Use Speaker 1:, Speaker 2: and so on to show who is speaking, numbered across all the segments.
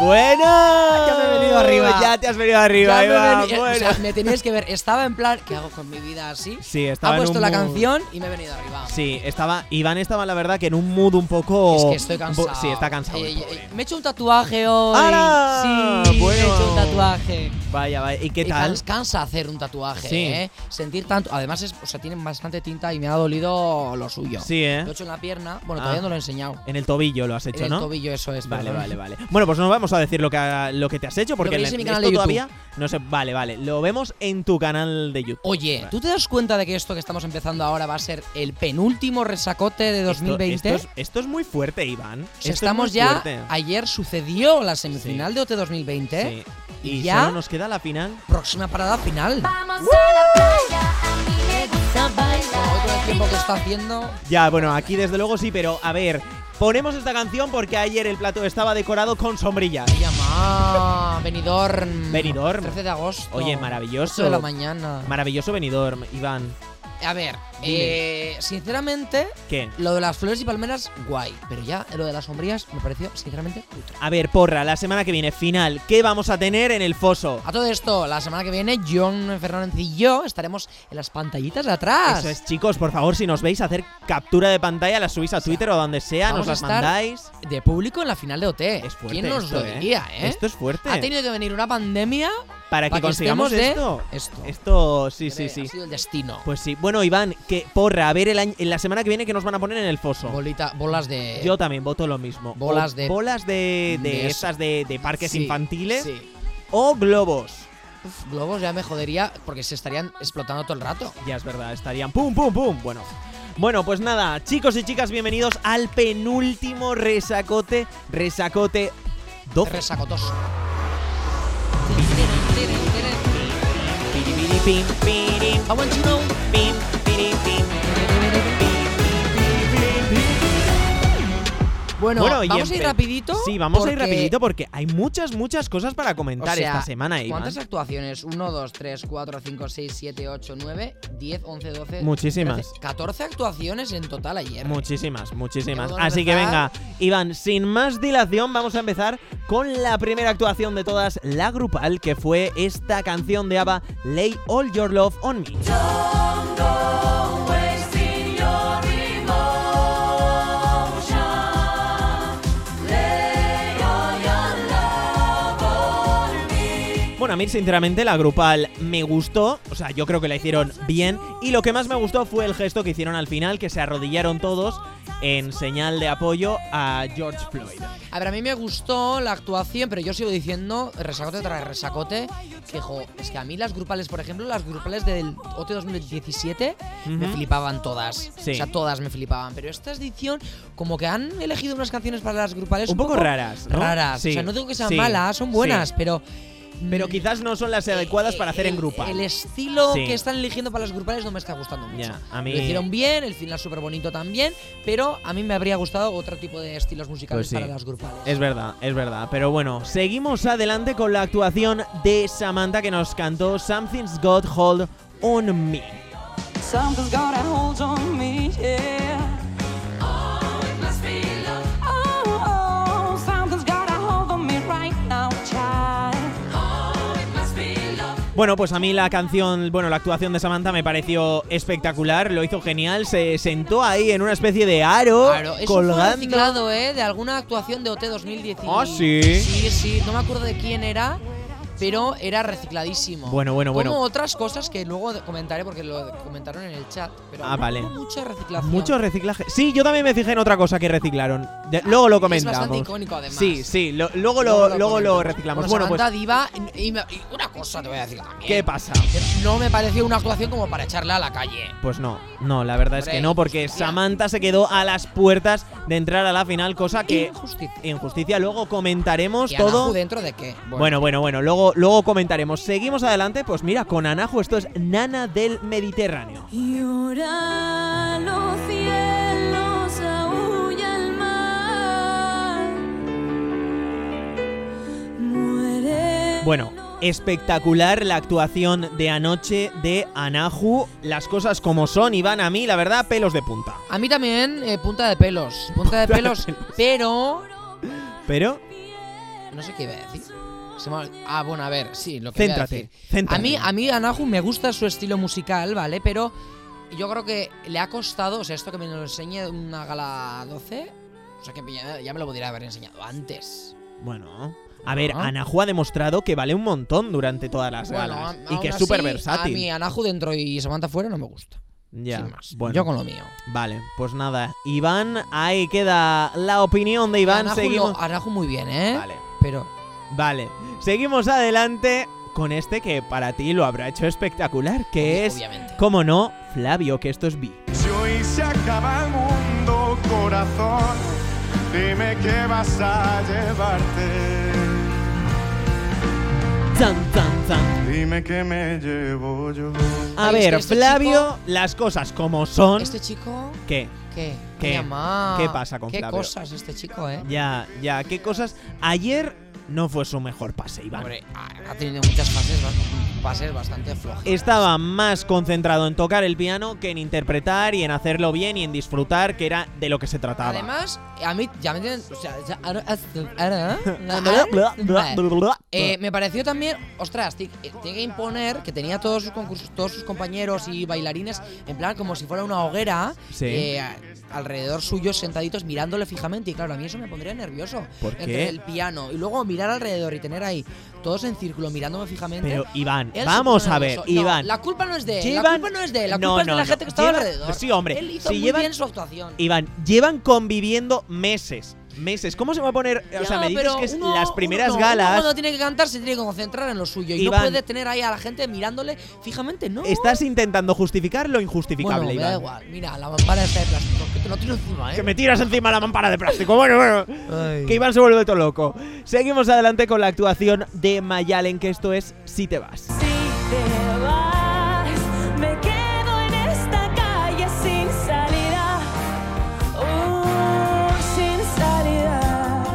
Speaker 1: Bueno.
Speaker 2: Ah, Ya me he venido arriba.
Speaker 1: Ya te has venido arriba,
Speaker 2: Ya me
Speaker 1: Iván,
Speaker 2: veni-
Speaker 1: bueno.
Speaker 2: o sea, me tenías que ver. Estaba en plan, ¿qué hago con mi vida así?
Speaker 1: Sí, estaba
Speaker 2: Ha
Speaker 1: en
Speaker 2: puesto
Speaker 1: un
Speaker 2: la
Speaker 1: mood.
Speaker 2: canción y me he venido arriba.
Speaker 1: Sí, estaba. Iván estaba, la verdad, que en un mood un poco.
Speaker 2: Es que estoy cansado.
Speaker 1: bo- Sí, está cansado.
Speaker 2: Eh,
Speaker 1: el
Speaker 2: eh,
Speaker 1: pobre.
Speaker 2: me he hecho un tatuaje hoy.
Speaker 1: ¡Hala!
Speaker 2: Sí,
Speaker 1: Bueno.
Speaker 2: me he hecho un tatuaje.
Speaker 1: Vaya, vaya. ¿Y qué
Speaker 2: Y
Speaker 1: tal?
Speaker 2: cans- cansa hacer un tatuaje,
Speaker 1: Sí.
Speaker 2: ¿eh? Sentir tanto. Además, es, o sea, tienen bastante tinta y me ha dolido lo suyo.
Speaker 1: Sí,
Speaker 2: Lo he
Speaker 1: ¿eh?
Speaker 2: hecho en la pierna. Bueno,
Speaker 1: Ah.
Speaker 2: todavía no lo he enseñado.
Speaker 1: En el tobillo lo has hecho,
Speaker 2: en
Speaker 1: ¿no?
Speaker 2: el tobillo, eso es.
Speaker 1: Vale,
Speaker 2: perdón.
Speaker 1: vale, vale. Bueno, pues no vamos a decir lo que, ha- lo que te has hecho porque
Speaker 2: veréis en mi canal
Speaker 1: esto
Speaker 2: de YouTube.
Speaker 1: todavía no sé. Vale, vale. Lo vemos en tu canal de YouTube.
Speaker 2: Oye,
Speaker 1: Vale.
Speaker 2: ¿tú te das cuenta de que esto que estamos empezando ahora va a ser el penúltimo resacote de 2020?
Speaker 1: Esto, esto es, esto es muy fuerte, Iván.
Speaker 2: O sea,
Speaker 1: Esto es
Speaker 2: estamos
Speaker 1: muy
Speaker 2: ya.
Speaker 1: fuerte.
Speaker 2: Ayer sucedió la semifinal de OT 2020.
Speaker 1: Sí. Y
Speaker 2: ¿Ya?
Speaker 1: solo nos queda la final.
Speaker 2: Próxima parada final.
Speaker 3: Vamos a la playa, a mí me gusta
Speaker 2: Hoy con el tiempo
Speaker 3: bailar.
Speaker 2: que está haciendo.
Speaker 1: Ya, bueno, aquí desde luego sí, pero a ver, ponemos esta canción porque ayer el plato estaba decorado con sombrillas.
Speaker 2: Se llama Benidorm.
Speaker 1: Benidorm.
Speaker 2: 13 mm, de agosto.
Speaker 1: Oye, maravilloso.
Speaker 2: 8 de la mañana.
Speaker 1: Maravilloso Benidorm, Iván.
Speaker 2: A ver, eh, sinceramente,
Speaker 1: ¿Qué?
Speaker 2: lo de las flores y palmeras, guay. Pero ya lo de las sombrillas me pareció, sinceramente, cutre.
Speaker 1: A ver, porra, la semana que viene, final, ¿qué vamos a tener en el foso?
Speaker 2: A todo esto, la semana que viene, John Fernández y yo estaremos en las pantallitas de atrás.
Speaker 1: Eso es, chicos, por favor, si nos veis, hacer captura de pantalla, la subís a Twitter o donde sea, nos
Speaker 2: vamos a
Speaker 1: las
Speaker 2: estar-
Speaker 1: mandáis.
Speaker 2: De público en la final de OT.
Speaker 1: Es fuerte.
Speaker 2: ¿Quién nos
Speaker 1: esto,
Speaker 2: lo diría, eh?
Speaker 1: Esto es fuerte.
Speaker 2: Ha tenido que venir una pandemia
Speaker 1: Para que
Speaker 2: para que
Speaker 1: consigamos
Speaker 2: estemos de
Speaker 1: esto.
Speaker 2: esto.
Speaker 1: Esto, sí, sí,
Speaker 2: Hombre,
Speaker 1: sí.
Speaker 2: Ha sido el destino.
Speaker 1: Pues sí. Bueno, Iván, que porra, a ver el año- en la semana que viene que nos van a poner en el foso.
Speaker 2: Bolita, bolas de.
Speaker 1: Yo también voto lo mismo.
Speaker 2: Bolas
Speaker 1: O
Speaker 2: de-
Speaker 1: Bolas de. de
Speaker 2: de
Speaker 1: esas de, de parques
Speaker 2: Sí,
Speaker 1: infantiles.
Speaker 2: sí.
Speaker 1: O globos.
Speaker 2: Uf, globos ya me jodería porque se estarían explotando todo el rato.
Speaker 1: Ya es verdad, estarían pum, pum, pum. Bueno. Bueno, pues nada, chicos y chicas, bienvenidos al penúltimo resacote. Resacote 12.
Speaker 2: Resacotoso.
Speaker 1: Piripiri, pim, pirim,
Speaker 2: I want you know.
Speaker 1: pim, pirim, pim.
Speaker 2: Bueno,
Speaker 1: y
Speaker 2: vamos a ir
Speaker 1: empe-
Speaker 2: rapidito.
Speaker 1: Sí, vamos a ir
Speaker 2: porque-
Speaker 1: rapidito porque hay muchas, muchas cosas para
Speaker 2: o
Speaker 1: comentar
Speaker 2: sea,
Speaker 1: esta semana, Iván.
Speaker 2: ¿Cuántas actuaciones? 1, 2, 3, 4, 5, 6, 7, 8, 9, 10, 11, 12.
Speaker 1: Muchísimas.
Speaker 2: 13, 14 actuaciones en total ayer.
Speaker 1: Muchísimas, muchísimas.
Speaker 2: Vamos a
Speaker 1: Así que venga,
Speaker 2: empezar.
Speaker 1: Iván, sin más dilación, vamos a empezar con la primera actuación de todas, la grupal, que fue esta canción de ABBA, Lay All Your Love on Me. Bueno, a mí sinceramente la grupal me gustó, o sea, yo creo que la hicieron bien y lo que más me gustó fue el gesto que hicieron al final, que se arrodillaron todos en señal de apoyo a George Floyd.
Speaker 2: A ver, a mí me gustó la actuación, pero yo sigo diciendo, resacote tras resacote, que jo, es que a mí las grupales, por ejemplo, las grupales del OT 2017 me
Speaker 1: Ujú.
Speaker 2: flipaban todas.
Speaker 1: Sí.
Speaker 2: O sea, todas me flipaban. Pero esta edición, como que han elegido unas canciones para las grupales
Speaker 1: Un poco raras, ¿no?
Speaker 2: raras.
Speaker 1: Sí,
Speaker 2: O sea, no digo que sean
Speaker 1: sí,
Speaker 2: malas, son
Speaker 1: sí.
Speaker 2: buenas, pero.
Speaker 1: Pero
Speaker 2: mm,
Speaker 1: quizás no son las adecuadas
Speaker 2: eh,
Speaker 1: para hacer en
Speaker 2: el-
Speaker 1: grupal.
Speaker 2: El estilo
Speaker 1: Sí.
Speaker 2: que están eligiendo para las grupales no me está gustando mucho.
Speaker 1: Ya, a mí-
Speaker 2: Lo hicieron bien, el final súper bonito también, pero a mí me habría gustado otro tipo de estilos musicales
Speaker 1: Pues sí.
Speaker 2: para las grupales.
Speaker 1: Es verdad, es verdad. Pero bueno, seguimos adelante con la actuación de Samantha que nos cantó Something's Got Hold on Me.
Speaker 4: Something's got a hold on me, yeah. Oh, it must be love. Oh, oh, something's got a hold on me right now, child.
Speaker 1: Bueno, pues a mí la canción, bueno, la actuación de Samantha me pareció espectacular, lo hizo genial, se sentó ahí en una especie de aro,
Speaker 2: Claro, eso fue un
Speaker 1: colgando.
Speaker 2: reciclado, ¿eh? De alguna actuación de OT 2019.
Speaker 1: Ah, ¿sí?
Speaker 2: Sí, sí, no me acuerdo de quién era, pero era recicladísimo.
Speaker 1: Bueno, bueno, bueno.
Speaker 2: Como otras cosas que luego de- comentaré porque lo comentaron en el chat. Pero
Speaker 1: Ah,
Speaker 2: hubo
Speaker 1: vale.
Speaker 2: mucha reciclación.
Speaker 1: Mucho reciclaje. Sí, yo también me fijé en otra cosa que reciclaron. De- luego lo
Speaker 2: Es bastante
Speaker 1: comentamos.
Speaker 2: icónico, además.
Speaker 1: Sí, sí, lo- luego, lo, luego lo
Speaker 2: comentamos.
Speaker 1: reciclamos.
Speaker 2: Bueno,
Speaker 1: Bueno, pues,
Speaker 2: Samantha Diva, y, y me- y una cosa te voy a decir también.
Speaker 1: ¿qué pasa?
Speaker 2: Que No me pareció una actuación como para echarla a la calle.
Speaker 1: Pues no, no, la verdad es que
Speaker 2: Hombre,
Speaker 1: no, porque
Speaker 2: injusticia.
Speaker 1: Samantha se quedó a las puertas de entrar a la final, cosa que
Speaker 2: Injusticia.
Speaker 1: injusticia. Luego comentaremos
Speaker 2: ¿Y
Speaker 1: todo.
Speaker 2: Anahu dentro de qué?
Speaker 1: Bueno, bueno, bueno, luego, luego comentaremos. Seguimos adelante, pues mira, con Anajo, esto es Nana del Mediterráneo.
Speaker 3: Llora los cielos, aúlla el mar. Muere.
Speaker 1: Bueno, espectacular la actuación de anoche de Anahu. Las cosas como son, Iván, a mí, la verdad, pelos de punta.
Speaker 2: A mí también eh, punta de pelos. Punta de pelos, pero
Speaker 1: Pero,
Speaker 2: no sé qué iba a decir. Se me ha- Ah, bueno, a ver, sí, lo que iba a
Speaker 1: Céntrate,
Speaker 2: decir.
Speaker 1: céntrate.
Speaker 2: A mí, a mí Anahu me gusta su estilo musical, ¿vale? Pero yo creo que le ha costado, o sea, esto que me lo enseñe una gala 12, o sea, que ya, ya me lo podría haber enseñado antes.
Speaker 1: Bueno. A ver,
Speaker 2: Ah.
Speaker 1: Anahu ha demostrado que vale un montón durante todas las galas
Speaker 2: a-
Speaker 1: y que es
Speaker 2: aún
Speaker 1: súper
Speaker 2: así,
Speaker 1: versátil.
Speaker 2: A mí Anahu dentro y Samantha fuera no me gusta.
Speaker 1: ya,
Speaker 2: sin más.
Speaker 1: bueno.
Speaker 2: Yo con lo mío.
Speaker 1: Vale, pues nada. Iván, ahí queda la opinión de Iván.
Speaker 2: Anahu,
Speaker 1: Seguimos.
Speaker 2: lo- Anahu muy bien, ¿eh?
Speaker 1: Vale.
Speaker 2: Pero
Speaker 1: Vale, seguimos adelante con este que para ti lo habrá hecho espectacular, que es,
Speaker 2: obviamente.
Speaker 1: como no, Flavio, que esto es B.
Speaker 5: Si hoy se acaba el mundo, corazón, dime qué vas a llevarte.
Speaker 1: Tan, tan, tan.
Speaker 5: Dime qué me llevo yo.
Speaker 1: A
Speaker 2: Ay, es
Speaker 1: ver,
Speaker 2: que este
Speaker 1: Flavio, las cosas como son,
Speaker 2: Este chico,
Speaker 1: ¿qué?
Speaker 2: ¿qué?
Speaker 1: ¿Qué?
Speaker 2: Vaya ma.
Speaker 1: ¿Qué pasa con
Speaker 2: ¿Qué
Speaker 1: Flavio?
Speaker 2: cosas este chico, eh?
Speaker 1: Ya, ya, ¿qué cosas? Ayer no fue su mejor pase, Iván.
Speaker 2: Hombre, ha ha tenido muchas fases, ba- fases bastante flojas.
Speaker 1: Estaba más concentrado en tocar el piano que en interpretar y en hacerlo bien y en disfrutar, que era de lo que se trataba.
Speaker 2: Además, a mí ya me tienen. O sea, ya- ahora- ahora- Vale. Eh, me pareció también, ostras, ti- eh, tiene que imponer que tenía todos sus concursos, todos sus compañeros y bailarines, en plan como si fuera una hoguera,
Speaker 1: Sí.
Speaker 2: eh, a- alrededor suyo sentaditos mirándole fijamente. Y claro, a mí eso me pondría nervioso.
Speaker 1: ¿Por qué?
Speaker 2: Entre el piano y luego mirar alrededor y tener ahí todos en círculo mirándome fijamente.
Speaker 1: Pero Iván,
Speaker 2: Él se
Speaker 1: vamos
Speaker 2: puso
Speaker 1: a ver,
Speaker 2: nervioso. No,
Speaker 1: Iván.
Speaker 2: la culpa no es de él. La
Speaker 1: llevan-
Speaker 2: culpa no es de él. La
Speaker 1: No,
Speaker 2: culpa es de
Speaker 1: no,
Speaker 2: la
Speaker 1: no.
Speaker 2: gente que estaba
Speaker 1: Lleva-
Speaker 2: alrededor.
Speaker 1: sí, hombre,
Speaker 2: Él hizo
Speaker 1: si
Speaker 2: muy
Speaker 1: llevan-
Speaker 2: bien su actuación.
Speaker 1: Iván, llevan conviviendo meses. Meses. ¿Cómo se va a poner? o sea,
Speaker 2: Ya,
Speaker 1: me dices
Speaker 2: pero
Speaker 1: que es
Speaker 2: uno-
Speaker 1: las primeras
Speaker 2: uno- uno
Speaker 1: galas.
Speaker 2: cuando tiene que cantar se tiene que concentrar en lo suyo. Y
Speaker 1: Iván.
Speaker 2: no puede tener ahí a la gente mirándole fijamente, ¿no?
Speaker 1: Estás intentando justificar lo
Speaker 2: bueno,
Speaker 1: injustificable,
Speaker 2: me da
Speaker 1: Iván.
Speaker 2: igual. Mira, la mampara está de plástico. Que te lo tiro encima, ¿eh?
Speaker 1: Que me tiras encima la mampara de plástico. Bueno, bueno.
Speaker 2: Ay.
Speaker 1: Que Iván se vuelve todo loco. Seguimos adelante con la actuación de Mayalen, que esto es Si te vas.
Speaker 3: Si te vas, me quedo en esta calle sin salida. Oh, sin salida.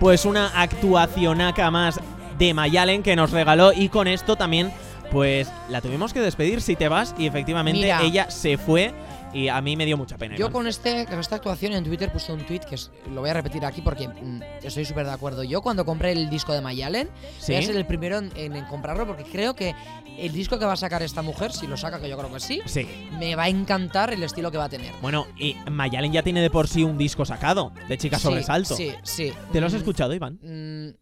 Speaker 1: Pues una actuacionaca más de Mayalen que nos regaló. Y con esto también, pues la tuvimos que despedir Si te vas. Y efectivamente
Speaker 2: Mira.
Speaker 1: ella se fue. Y a mí me dio mucha pena.
Speaker 2: Yo
Speaker 1: Iván.
Speaker 2: con, este, con esta actuación en Twitter puse un tweet que es- lo voy a repetir aquí porque mm, estoy súper de acuerdo. Yo cuando compré el disco de Mayalen,
Speaker 1: ¿Sí?
Speaker 2: voy a ser el primero en, en- en comprarlo porque creo que el disco que va a sacar esta mujer, si lo saca, que yo creo que sí,
Speaker 1: Sí.
Speaker 2: me va a encantar el estilo que va a tener.
Speaker 1: Bueno, y Mayalen ya tiene de por sí un disco sacado de Chica
Speaker 2: Sí,
Speaker 1: Sobresalto.
Speaker 2: Sí, sí.
Speaker 1: ¿Te lo has
Speaker 2: Mm,
Speaker 1: escuchado, Iván?
Speaker 2: mm,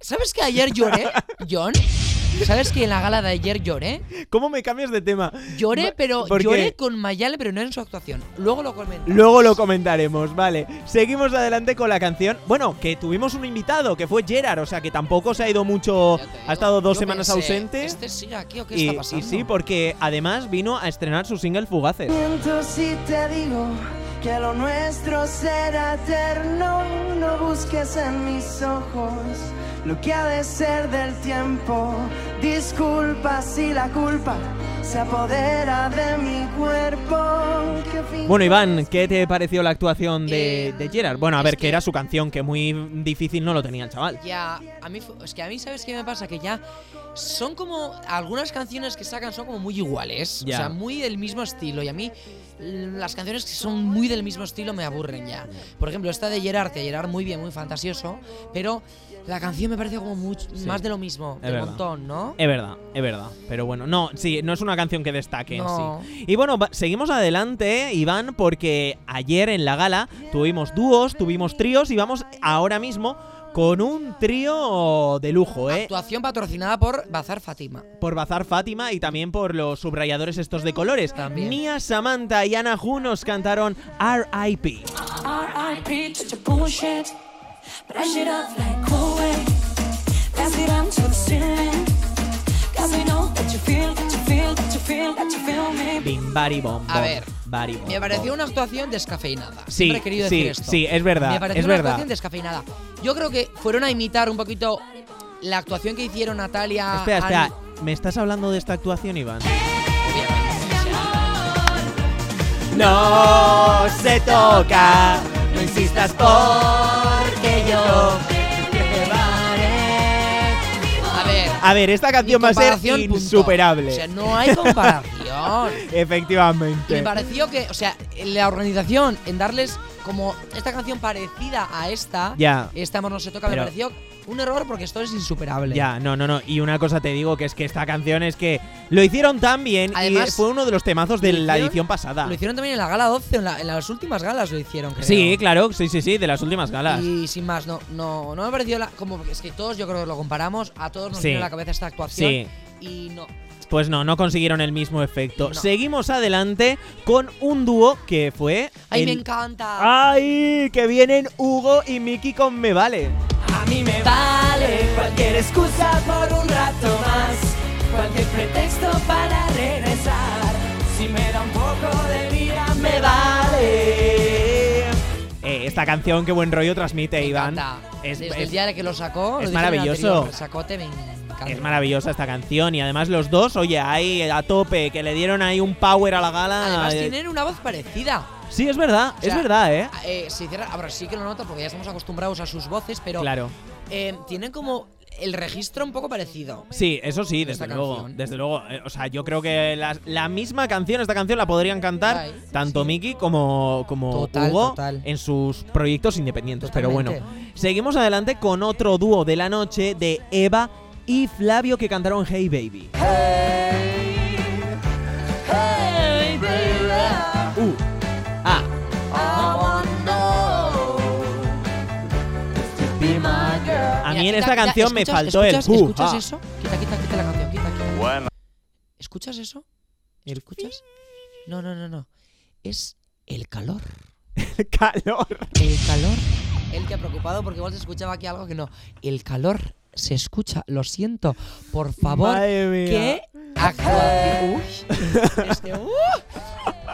Speaker 2: ¿Sabes que ayer lloré, John? ¿Sabes que en la gala de ayer lloré?
Speaker 1: ¿Cómo me cambias de tema?
Speaker 2: Lloré,
Speaker 1: Ma-
Speaker 2: pero
Speaker 1: ¿por qué?
Speaker 2: lloré con Mayale, pero no en su actuación. Luego lo comento.
Speaker 1: Luego lo comentaremos, vale. Seguimos adelante con la canción. Bueno, que tuvimos un invitado, que fue Gerard, o sea que tampoco se ha ido mucho.
Speaker 2: Ya te digo,
Speaker 1: Ha estado dos
Speaker 2: yo
Speaker 1: semanas
Speaker 2: pensé,
Speaker 1: ausente.
Speaker 2: ¿Este sigue aquí o qué
Speaker 1: y,
Speaker 2: está pasando?
Speaker 1: y sí, porque además vino a estrenar su single Fugaces.
Speaker 6: Miento si te digo que lo nuestro será eterno. No busques en mis ojos lo que ha de ser del tiempo. Disculpa si la culpa se apodera de mi cuerpo. Que fin-
Speaker 1: Bueno, Iván, ¿qué te pareció la actuación de,
Speaker 2: Eh,
Speaker 1: de Gerard? Bueno, a
Speaker 2: es
Speaker 1: ver, que,
Speaker 2: que-
Speaker 1: era su canción, que muy difícil no lo tenía el chaval.
Speaker 2: Ya, a mí, fu- es que a mí, ¿sabes qué me pasa? Que ya son como. Algunas canciones que sacan son como muy iguales.
Speaker 1: Ya.
Speaker 2: O sea, muy del mismo estilo. Y a mí, l- las canciones que son muy del mismo estilo me aburren ya. Por ejemplo, esta de Gerard, que Gerard muy bien, muy fantasioso. Pero la canción me parece como mucho, más de lo mismo.
Speaker 1: Es
Speaker 2: De
Speaker 1: verdad.
Speaker 2: montón, ¿no?
Speaker 1: Es verdad, es verdad. Pero bueno, no, sí, no es una canción que destaque
Speaker 2: No.
Speaker 1: en sí. Y bueno, va- seguimos adelante, Iván, porque ayer en la gala tuvimos dúos, tuvimos tríos y vamos ahora mismo con un trío de lujo, ¿eh?
Speaker 2: Actuación patrocinada por Bazar Fatima.
Speaker 1: Por Bazar Fátima y también por los subrayadores estos de colores.
Speaker 2: También.
Speaker 1: Mia, Samantha y Ana Ju nos cantaron R.I.P.
Speaker 3: RIP to the bullshit. Brush it off like cool wave. Pass it on to the ceiling. Cause we know that you feel, that you feel, that you feel, that you feel me.
Speaker 1: Bim, bari, bom,
Speaker 2: A
Speaker 1: bom,
Speaker 2: ver,
Speaker 1: bari, bom,
Speaker 2: Me pareció
Speaker 1: bom.
Speaker 2: una actuación descafeinada.
Speaker 1: Sí,
Speaker 2: Siempre he querido
Speaker 1: sí,
Speaker 2: decir esto.
Speaker 1: sí, es verdad,
Speaker 2: Me pareció
Speaker 1: es
Speaker 2: una
Speaker 1: verdad.
Speaker 2: actuación descafeinada. Yo creo que fueron a imitar un poquito la actuación que hicieron Natalia.
Speaker 1: Espera, espera,
Speaker 2: Ana-
Speaker 1: ¿me estás hablando de esta actuación, Iván?
Speaker 2: Obviamente, o sea,
Speaker 1: No se toca, no insistas porque yo.
Speaker 2: A ver.
Speaker 1: A ver, esta canción va a ser
Speaker 2: comparación, punto.
Speaker 1: insuperable.
Speaker 2: O sea, no hay comparación. Y me
Speaker 1: Efectivamente.
Speaker 2: pareció que, o sea, la organización en darles como esta canción parecida a esta,
Speaker 1: Ya.
Speaker 2: esta amor no se toca,
Speaker 1: Pero-
Speaker 2: me pareció un error porque esto es insuperable.
Speaker 1: Ya, no, no, no. Y una cosa te digo que es que esta canción es que lo hicieron tan bien y
Speaker 2: Además,
Speaker 1: fue uno de los temazos de
Speaker 2: lo
Speaker 1: la
Speaker 2: hicieron-
Speaker 1: edición pasada.
Speaker 2: Lo hicieron también en la gala 12, en, la- en las últimas galas lo hicieron, creo.
Speaker 1: Sí, claro, sí, sí, sí, de las últimas galas.
Speaker 2: Y sin más, no, no, no me pareció la, como es que todos yo creo que lo comparamos, a todos nos
Speaker 1: Sí.
Speaker 2: viene a la cabeza esta actuación
Speaker 1: Sí.
Speaker 2: y no.
Speaker 1: Pues no, no consiguieron el mismo efecto.
Speaker 2: No.
Speaker 1: Seguimos adelante con un dúo que fue.
Speaker 2: Ay, me
Speaker 1: el- Ah,
Speaker 2: encanta.
Speaker 1: ¡Ay! Que vienen Hugo y Miki con Me Vale.
Speaker 7: A mí me vale cualquier excusa por un rato más, cualquier pretexto para regresar. Si me da un poco de vida, me vale.
Speaker 1: Eh, esta canción, qué buen rollo transmite,
Speaker 2: me
Speaker 1: Iván.
Speaker 2: encanta.
Speaker 1: Es,
Speaker 2: Desde
Speaker 1: es-
Speaker 2: el día en el que lo
Speaker 1: es
Speaker 2: sacó, lo dije en el
Speaker 1: maravilloso.
Speaker 2: anterior, el sacote me encanta.
Speaker 1: es maravillosa esta canción. Y además, los dos, oye, ahí a tope, que le dieron ahí un power a la gala.
Speaker 2: Además
Speaker 1: Eh,
Speaker 2: tienen una voz parecida.
Speaker 1: Sí, es verdad,
Speaker 2: O sea,
Speaker 1: es verdad, ¿eh?
Speaker 2: Eh, si cierra, ahora sí que lo noto porque ya estamos acostumbrados a sus voces, pero
Speaker 1: Claro.
Speaker 2: eh, tienen como el registro un poco parecido.
Speaker 1: Sí, eso sí,
Speaker 2: Esta
Speaker 1: desde luego.
Speaker 2: canción.
Speaker 1: Desde luego. eh, o sea, yo creo que las- la, misma canción, esta canción la podrían cantar
Speaker 2: Ay, sí,
Speaker 1: tanto
Speaker 2: sí.
Speaker 1: Miki como, como
Speaker 2: Total,
Speaker 1: Hugo
Speaker 2: total.
Speaker 1: en sus proyectos independientes. Pero bueno,
Speaker 2: Totalmente.
Speaker 1: seguimos adelante con otro dúo de la noche de Eva y Flavio que cantaron Hey Baby. Uh, ah, a mí en
Speaker 2: Mira, quita-
Speaker 1: esta
Speaker 2: quita-
Speaker 1: canción me
Speaker 2: ¿escuchas-
Speaker 1: faltó
Speaker 2: escuchas-
Speaker 1: el. uh,
Speaker 2: ¿Escuchas
Speaker 1: ah.
Speaker 2: eso? Quita, quita, quita la canción, quita, quita.
Speaker 5: Bueno.
Speaker 2: ¿Escuchas eso?
Speaker 1: El-
Speaker 2: ¿Escuchas? No, no, no, no. Es el calor.
Speaker 1: Calor.
Speaker 2: El calor. Él te ha preocupado porque igual se escuchaba aquí algo que no. El calor se escucha, lo siento. Por favor,
Speaker 1: Madre mía.
Speaker 2: que actuación. Uy, este, uh.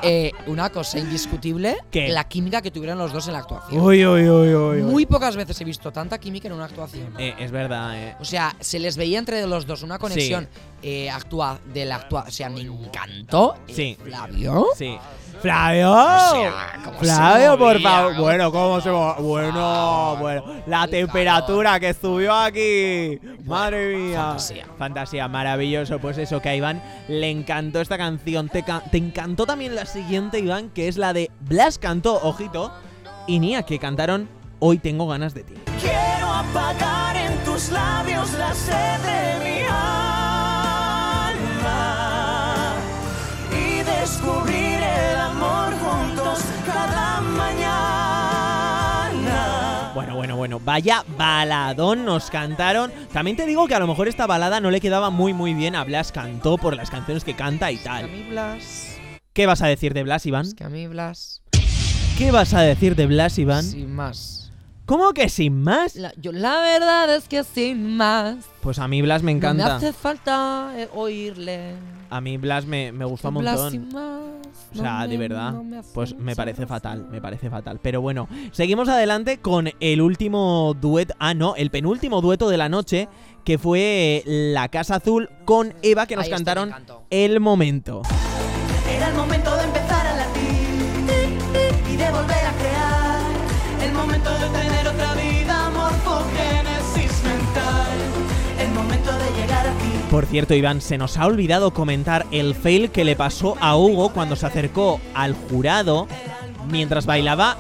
Speaker 2: Eh, una cosa indiscutible,
Speaker 1: ¿Qué?
Speaker 2: la química que tuvieron los dos en la actuación.
Speaker 1: Uy, uy, uy, uy. uy.
Speaker 2: Muy pocas veces he visto tanta química en una actuación.
Speaker 1: Eh, es verdad, eh.
Speaker 2: O sea, se les veía entre los dos una conexión eh, actua de la actua. O sea, me encantó. eh,
Speaker 1: Sí.
Speaker 2: Flavio.
Speaker 1: Sí. Flavio.
Speaker 2: sea, ¿cómo se
Speaker 1: Flavio, por
Speaker 2: movía?
Speaker 1: favor.
Speaker 2: ¿Cómo
Speaker 1: Bueno, cómo se mo- Bueno, bueno. La temperatura que subió aquí. Madre mía.
Speaker 2: fantasía.
Speaker 1: Fantasía, maravilloso. Pues eso, que a Iván le encantó esta canción. Te, ca- te encantó también la siguiente, Iván, que es la de Blas cantó, ojito, y Nia, que cantaron Hoy tengo ganas de ti.
Speaker 7: Quiero apagar en tus labios la sed de mi alma y descubrir el amor juntos cada mañana.
Speaker 1: Bueno, bueno, bueno, vaya baladón nos cantaron. También te digo que a lo mejor esta balada no le quedaba muy muy bien a Blas Cantó por las canciones que canta y
Speaker 2: Que a
Speaker 1: tal.
Speaker 2: mí Blas.
Speaker 1: ¿Qué vas a decir de Blas, Iván?
Speaker 2: es Que a mí Blas.
Speaker 1: ¿Qué vas a decir de Blas, Iván?
Speaker 2: Sin más.
Speaker 1: ¿Cómo que sin más?
Speaker 2: La, yo la verdad es que sin más.
Speaker 1: Pues a mí Blas me
Speaker 2: No me
Speaker 1: encanta.
Speaker 2: hace falta eh, oírle.
Speaker 1: A mí Blas me, me gusta un
Speaker 2: Blas sin
Speaker 1: montón.
Speaker 2: más.
Speaker 1: O
Speaker 2: no
Speaker 1: sea, de
Speaker 2: me-
Speaker 1: verdad.
Speaker 2: no me hace
Speaker 1: Pues me
Speaker 2: falta.
Speaker 1: parece fatal, me parece fatal. Pero bueno, seguimos adelante con el último dueto. Ah, no, el penúltimo dueto de la noche, que fue eh, La Casa Azul con Eva, que nos
Speaker 2: Ay, este me
Speaker 1: cantaron
Speaker 2: encantó.
Speaker 1: El Momento.
Speaker 7: Era el momento de empezar a latir y de volver a crear. El momento de tener otra vida, morfogénesis mental. El momento de llegar a ti.
Speaker 1: Por cierto, Iván, se nos ha olvidado comentar el fail que le pasó a Hugo cuando se acercó al jurado mientras bailaba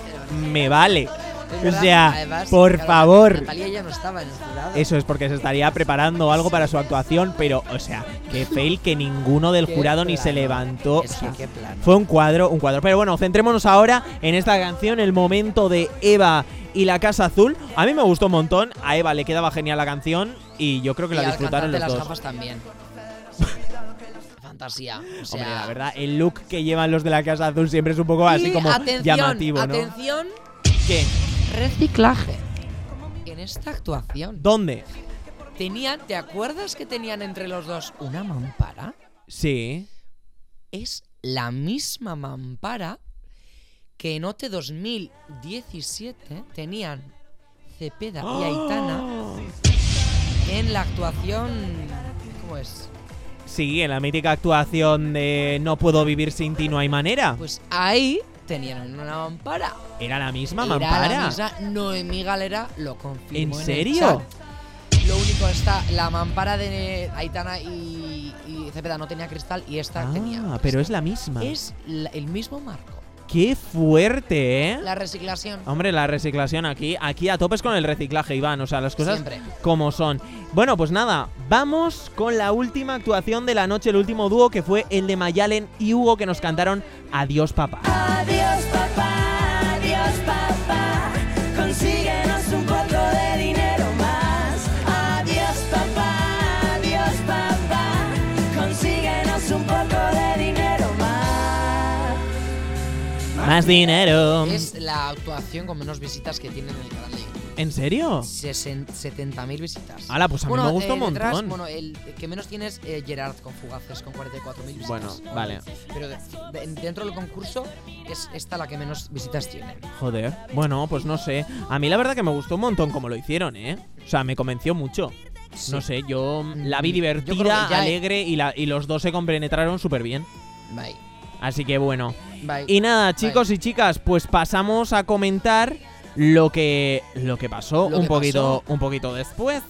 Speaker 1: Me Vale. O
Speaker 2: verdad,
Speaker 1: sea,
Speaker 2: además,
Speaker 1: por
Speaker 2: claro,
Speaker 1: favor.
Speaker 2: Natalia ya no estaba en el jurado.
Speaker 1: Eso es porque se estaría preparando algo para su actuación, pero, o sea, que fail que ninguno del
Speaker 2: Qué
Speaker 1: jurado ni se
Speaker 2: plano.
Speaker 1: levantó.
Speaker 2: Es
Speaker 1: O sea,
Speaker 2: que qué plano.
Speaker 1: Fue un cuadro, un cuadro. Pero bueno, centrémonos ahora en esta canción, el momento de Eva y la Casa Azul. A mí me gustó un montón, a Eva le quedaba genial la canción y yo creo que
Speaker 2: Y
Speaker 1: la
Speaker 2: al
Speaker 1: disfrutaron los
Speaker 2: cantante las
Speaker 1: dos.
Speaker 2: gafas también. Fantasía. O sea,
Speaker 1: Hombre, la verdad, el look que llevan los de la Casa Azul siempre es un poco así
Speaker 2: Y
Speaker 1: como
Speaker 2: atención,
Speaker 1: llamativo, ¿no?
Speaker 2: Atención,
Speaker 1: ¿Qué?
Speaker 2: reciclaje. En esta actuación
Speaker 1: ¿Dónde?
Speaker 2: tenían, ¿te acuerdas que tenían entre los dos una mampara?
Speaker 1: Sí.
Speaker 2: Es la misma mampara que en OT 2017 tenían Cepeda y Aitana
Speaker 1: ¡Oh!
Speaker 2: en la actuación ¿cómo es?
Speaker 1: Sí, en la mítica actuación de No puedo vivir sin ti, no hay manera.
Speaker 2: Pues ahí tenían una mampara.
Speaker 1: Era la misma
Speaker 2: Era
Speaker 1: mampara.
Speaker 2: la misma, Noemí Galera lo confirmó.
Speaker 1: ¿En
Speaker 2: el
Speaker 1: serio?
Speaker 2: chat. Lo único está, la mampara de Aitana y, y Cepeda no tenía cristal y esta tenía.
Speaker 1: Ah, pero es la misma.
Speaker 2: Es la- el mismo marco.
Speaker 1: Qué fuerte, ¿eh?
Speaker 2: La reciclación.
Speaker 1: Hombre, la reciclación aquí, aquí a topes con el reciclaje, Iván. O sea, las cosas
Speaker 2: Siempre.
Speaker 1: como son. Bueno, pues nada, vamos con la última actuación de la noche, el último dúo que fue el de Mayalen y Hugo que nos cantaron Adiós papá.
Speaker 3: Adiós papá, adiós papá, consíguenos un poco de dinero más. Adiós papá, adiós papá, consíguenos un poco de dinero más.
Speaker 1: Más dinero.
Speaker 2: Es la actuación con menos visitas que tiene en el canal de YouTube.
Speaker 1: ¿En serio?
Speaker 2: Sesen- 70.000 visitas.
Speaker 1: Ala, pues a mí me gusta un
Speaker 2: eh, detrás,
Speaker 1: montón.
Speaker 2: bueno, el que menos tiene es eh, Gerard con Fugaces, con 44.000 visitas.
Speaker 1: Bueno, vale.
Speaker 2: Pero de- de- dentro del concurso es esta la que menos visitas tiene.
Speaker 1: Joder. Bueno, pues no sé. A mí la verdad que me gustó un montón como lo hicieron, ¿eh? O sea, me convenció mucho. No sé, yo la vi
Speaker 2: Mm, yo creo que
Speaker 1: divertida,
Speaker 2: ya-
Speaker 1: alegre y, la, y los dos se compenetraron súper bien.
Speaker 2: Bye.
Speaker 1: Así que bueno.
Speaker 2: Bye.
Speaker 1: Y nada, chicos y chicas, pues pasamos a comentar lo que lo que pasó
Speaker 2: Lo
Speaker 1: un
Speaker 2: que
Speaker 1: poquito un poquito después.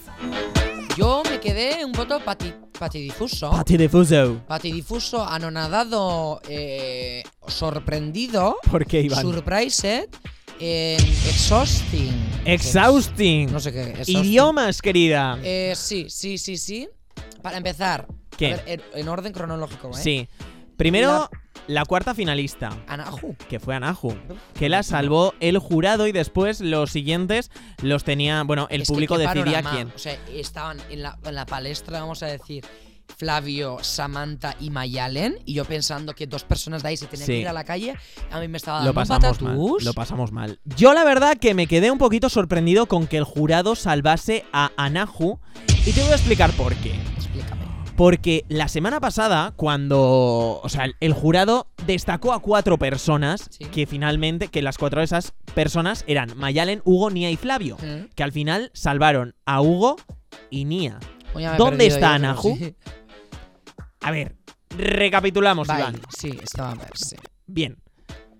Speaker 2: Yo me quedé un voto pati, patidifuso.
Speaker 1: Pati de Fuso.
Speaker 2: patidifuso, anonadado, eh, sorprendido,
Speaker 1: ¿Por qué Iván?
Speaker 2: surprised, eh, exhausting.
Speaker 1: Exhausting.
Speaker 2: No sé qué. exhausting.
Speaker 1: Idiomas, querida.
Speaker 2: Eh, sí, sí, sí, sí. Para empezar.
Speaker 1: ¿Qué?
Speaker 2: a ver, en, en orden cronológico, ¿eh?
Speaker 1: Sí. Primero la cuarta finalista.
Speaker 2: Anahu.
Speaker 1: que fue Anahu, que la salvó el jurado y después los siguientes los tenía, bueno, el
Speaker 2: Es que
Speaker 1: público
Speaker 2: qué
Speaker 1: decidía
Speaker 2: panorama.
Speaker 1: quién.
Speaker 2: O sea, estaban en la, en la palestra, vamos a decir, Flavio, Samantha y Mayalen. Y yo pensando que dos personas de ahí se tenían
Speaker 1: Sí.
Speaker 2: que ir a la calle. A mí me estaba dando
Speaker 1: Lo
Speaker 2: un
Speaker 1: pasamos mal,
Speaker 2: patatús.
Speaker 1: lo pasamos mal. Yo la verdad que me quedé un poquito sorprendido con que el jurado salvase a Anahu y te voy a explicar por qué.
Speaker 2: Explícame.
Speaker 1: Porque la semana pasada, cuando. O sea, el jurado destacó a cuatro personas
Speaker 2: Sí.
Speaker 1: que finalmente. Que las cuatro de esas personas eran Mayalen, Hugo, Nia y Flavio.
Speaker 2: Ujú.
Speaker 1: Que al final salvaron a Hugo y Nia.
Speaker 2: Uy, ya me he
Speaker 1: ¿Dónde
Speaker 2: perdido
Speaker 1: está
Speaker 2: yo, pero
Speaker 1: Anahu?
Speaker 2: sí.
Speaker 1: A ver, recapitulamos,
Speaker 2: Bye.
Speaker 1: Iván.
Speaker 2: Sí, estaba mal, sí.
Speaker 1: Bien.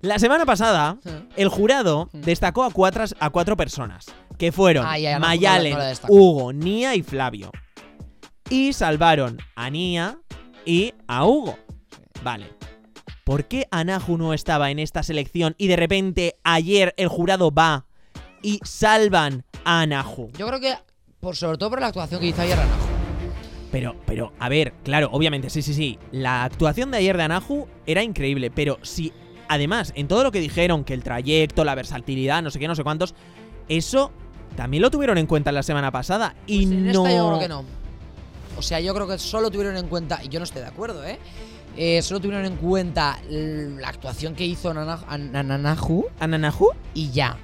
Speaker 1: La semana pasada,
Speaker 2: Ujú.
Speaker 1: el jurado
Speaker 2: Mm.
Speaker 1: destacó a cuatro, a cuatro personas, que fueron
Speaker 2: Ah, ya, ya, no,
Speaker 1: Mayalen,
Speaker 2: no la- no la destacó.
Speaker 1: Hugo, Nia y Flavio. Y salvaron a Nia y a Hugo. Vale. ¿Por qué Anahu no estaba en esta selección y de repente ayer el jurado va y salvan a Anahu?
Speaker 2: Yo creo que, por, sobre todo por la actuación que hizo ayer Anahu.
Speaker 1: Pero, pero, a ver, claro, obviamente, sí, sí, sí. La actuación de ayer de Anahu era increíble, pero si, además, en todo lo que dijeron, que el trayecto, la versatilidad, no sé qué, no sé cuántos, eso también lo tuvieron en cuenta la semana pasada y
Speaker 2: Pues en
Speaker 1: no.
Speaker 2: Esta yo creo que no. O sea, yo creo que solo tuvieron en cuenta, y yo no estoy de acuerdo, ¿eh? Eh, solo tuvieron en cuenta l- la actuación que hizo Nana- An- An- Ananahu
Speaker 1: ¿A Nanahu?
Speaker 2: y ya.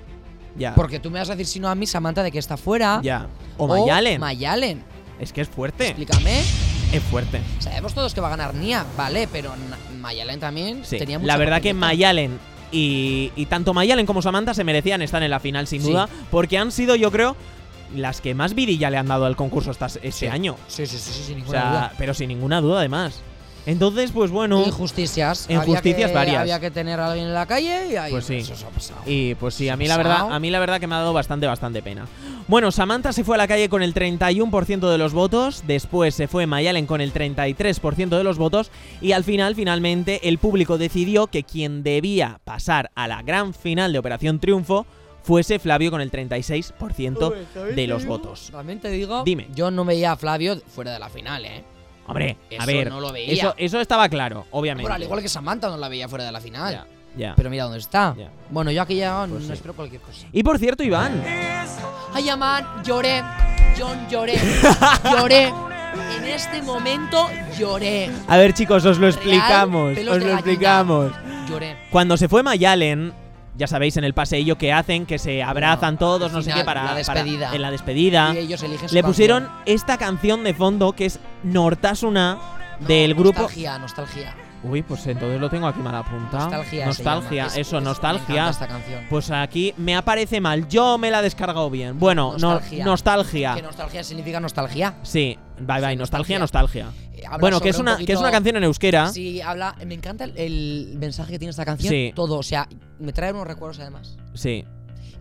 Speaker 1: Ya.
Speaker 2: Porque tú me vas a decir si no a mí, Samantha, de que está fuera.
Speaker 1: Ah. ya. O
Speaker 2: Oh
Speaker 1: Mayalen.
Speaker 2: Mayalen.
Speaker 1: es que es fuerte.
Speaker 2: Explícame.
Speaker 1: Es fuerte.
Speaker 2: Sabemos todos que va a ganar Nia, vale, pero Na- Mayalen también
Speaker 1: Sí.
Speaker 2: tenía mucha
Speaker 1: la verdad que
Speaker 2: papeleta.
Speaker 1: Mayalen y, y tanto Mayalen como Samantha se merecían estar en la final sin
Speaker 2: Sí.
Speaker 1: duda, porque han sido, yo creo, las que más vidilla le han dado al concurso estas- este
Speaker 2: Sí.
Speaker 1: año.
Speaker 2: Sí, sí, sí, sí, sin
Speaker 1: O
Speaker 2: ninguna
Speaker 1: sea,
Speaker 2: duda.
Speaker 1: pero sin ninguna duda además. Entonces, pues bueno.
Speaker 2: Injusticias. Había
Speaker 1: Injusticias
Speaker 2: que-
Speaker 1: varias.
Speaker 2: Había que tener a alguien en la calle y ahí
Speaker 1: Pues sí.
Speaker 2: eso se ha pasado.
Speaker 1: Y pues sí, a mí la
Speaker 2: Pesao.
Speaker 1: verdad, a mí la verdad que me ha dado bastante, bastante pena. Bueno, Samantha se fue a la calle con el 31% de los votos, después se fue Mayalen con el 33% de los votos y al final, finalmente, el público decidió que quien debía pasar a la gran final de Operación Triunfo fuese Flavio con el 36% de los votos.
Speaker 2: También te digo,
Speaker 1: Dime.
Speaker 2: yo no veía a Flavio fuera de la final, ¿eh?
Speaker 1: Hombre, a
Speaker 2: Eso
Speaker 1: ver,
Speaker 2: no lo veía.
Speaker 1: eso, eso estaba claro, obviamente.
Speaker 2: Bueno, al igual que Samantha no la veía fuera de la final.
Speaker 1: Ya, ya.
Speaker 2: Pero mira dónde está.
Speaker 1: Ya.
Speaker 2: Bueno, yo aquí ya no
Speaker 1: Pues sí.
Speaker 2: espero cualquier cosa.
Speaker 1: Y por cierto, Iván,
Speaker 2: Ay, Aman, lloré. John, lloré. lloré. En este momento lloré.
Speaker 1: A ver, chicos, os lo
Speaker 2: Real,
Speaker 1: explicamos.
Speaker 2: pelos
Speaker 1: Os
Speaker 2: de
Speaker 1: lo
Speaker 2: gallina.
Speaker 1: explicamos.
Speaker 2: Lloré.
Speaker 1: Cuando se fue Mayalen, ya sabéis en el paseillo que hacen, que se abrazan todos,
Speaker 2: al
Speaker 1: no sé
Speaker 2: final,
Speaker 1: qué, para.
Speaker 2: la
Speaker 1: para-
Speaker 2: despedida.
Speaker 1: en la despedida.
Speaker 2: Y ellos eligen su
Speaker 1: Ah, Le
Speaker 2: canción.
Speaker 1: pusieron esta canción de fondo que es Nortasuna del grupo.
Speaker 2: Nostalgia, nostalgia.
Speaker 1: Uy, pues entonces lo tengo aquí mal apuntado.
Speaker 2: Nostalgia. se
Speaker 1: Nostalgia,
Speaker 2: llama. Es-
Speaker 1: eso,
Speaker 2: es- Me
Speaker 1: nostalgia.
Speaker 2: encanta esta canción.
Speaker 1: Pues aquí me aparece mal. Yo me la he descargado bien. Bueno, no-
Speaker 2: Nostalgia.
Speaker 1: nostalgia.
Speaker 2: Que nostalgia significa nostalgia.
Speaker 1: Sí, bye bye,
Speaker 2: Sí,
Speaker 1: nostalgia,
Speaker 2: nostalgia.
Speaker 1: nostalgia.
Speaker 2: Eh, habla
Speaker 1: Bueno, que es,
Speaker 2: sobre un
Speaker 1: una, que es una
Speaker 2: poquito-
Speaker 1: canción en euskera.
Speaker 2: Sí, habla. Me encanta el, el mensaje que tiene esta canción.
Speaker 1: Sí.
Speaker 2: Todo, o sea, me trae unos recuerdos además.
Speaker 1: sí.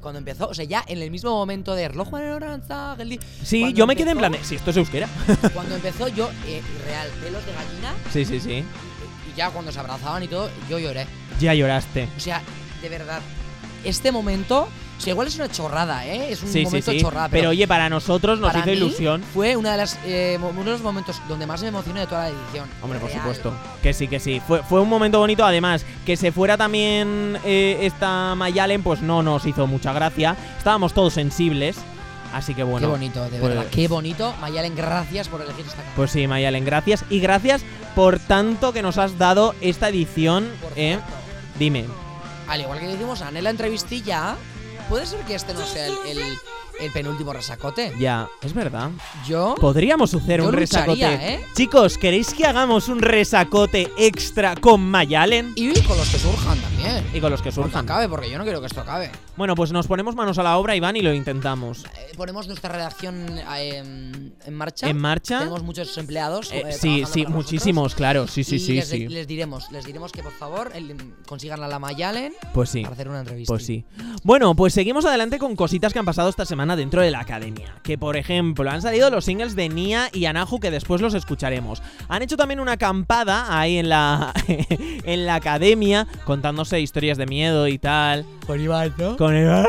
Speaker 2: Cuando empezó, o sea, ya en el mismo momento de reloj naranja, el di-
Speaker 1: Sí,
Speaker 2: Cuando
Speaker 1: yo me quedé en
Speaker 2: empezó-
Speaker 1: plan. Si esto es euskera.
Speaker 2: Cuando empezó yo, eh, real, pelos de gallina,
Speaker 1: Sí, sí, sí.
Speaker 2: y ya cuando se abrazaban y todo, yo lloré.
Speaker 1: Ya lloraste.
Speaker 2: O sea, de verdad, este momento, o sea, igual es una chorrada, ¿eh? Es un
Speaker 1: Sí, sí,
Speaker 2: momento
Speaker 1: sí.
Speaker 2: chorrada,
Speaker 1: Pero
Speaker 2: pero,
Speaker 1: oye, para nosotros nos
Speaker 2: para
Speaker 1: hizo
Speaker 2: mí
Speaker 1: ilusión.
Speaker 2: Fue una de las, eh, mo- uno de los momentos donde más me emocioné de toda la edición.
Speaker 1: Hombre, por
Speaker 2: Real.
Speaker 1: supuesto. Que sí, que sí. Fue, fue un momento bonito, además. Que se fuera también eh, esta Mayalen, pues no nos hizo mucha gracia. Estábamos todos sensibles. Así que bueno.
Speaker 2: qué bonito, de
Speaker 1: pues-
Speaker 2: verdad, qué bonito. Mayalen, gracias por elegir esta canción.
Speaker 1: Pues sí, Mayalen, gracias. Y gracias por tanto que nos has dado esta edición.
Speaker 2: Por
Speaker 1: ¿eh?
Speaker 2: cierto,
Speaker 1: Dime. Pues
Speaker 2: Al igual que le hicimos a Anel la entrevistilla, puede ser que este no sea el, el- el penúltimo resacote.
Speaker 1: Ya, es verdad.
Speaker 2: Yo,
Speaker 1: Podríamos hacer
Speaker 2: Yo
Speaker 1: un
Speaker 2: lucharía,
Speaker 1: resacote.
Speaker 2: ¿eh?
Speaker 1: Chicos, ¿queréis que hagamos un resacote extra con Mayalen?
Speaker 2: y con los que surjan también.
Speaker 1: Y con los que
Speaker 2: Porque
Speaker 1: surjan.
Speaker 2: acabe, porque yo no quiero que esto acabe.
Speaker 1: Bueno, pues nos ponemos manos a la obra, Iván, y lo intentamos.
Speaker 2: Eh, ponemos nuestra redacción eh, en, en marcha.
Speaker 1: ¿En marcha?
Speaker 2: Tenemos muchos empleados.
Speaker 1: Eh,
Speaker 2: eh,
Speaker 1: sí,
Speaker 2: trabajando
Speaker 1: sí,
Speaker 2: para nosotros.
Speaker 1: muchísimos, claro. Sí, sí,
Speaker 2: Y
Speaker 1: sí,
Speaker 2: les,
Speaker 1: sí.
Speaker 2: les diremos, les diremos que por favor el- consigan a la Mayalen
Speaker 1: Pues sí.
Speaker 2: para hacer una entrevista.
Speaker 1: Pues sí. Bueno, pues seguimos adelante con cositas que han pasado esta semana dentro de la academia. Que por ejemplo, han salido los singles de Nia y Anahu que después los escucharemos. Han hecho también una acampada ahí en la en la academia contándose historias de miedo y tal.
Speaker 2: Por Iván, ¿no?
Speaker 1: Con el- "Ah".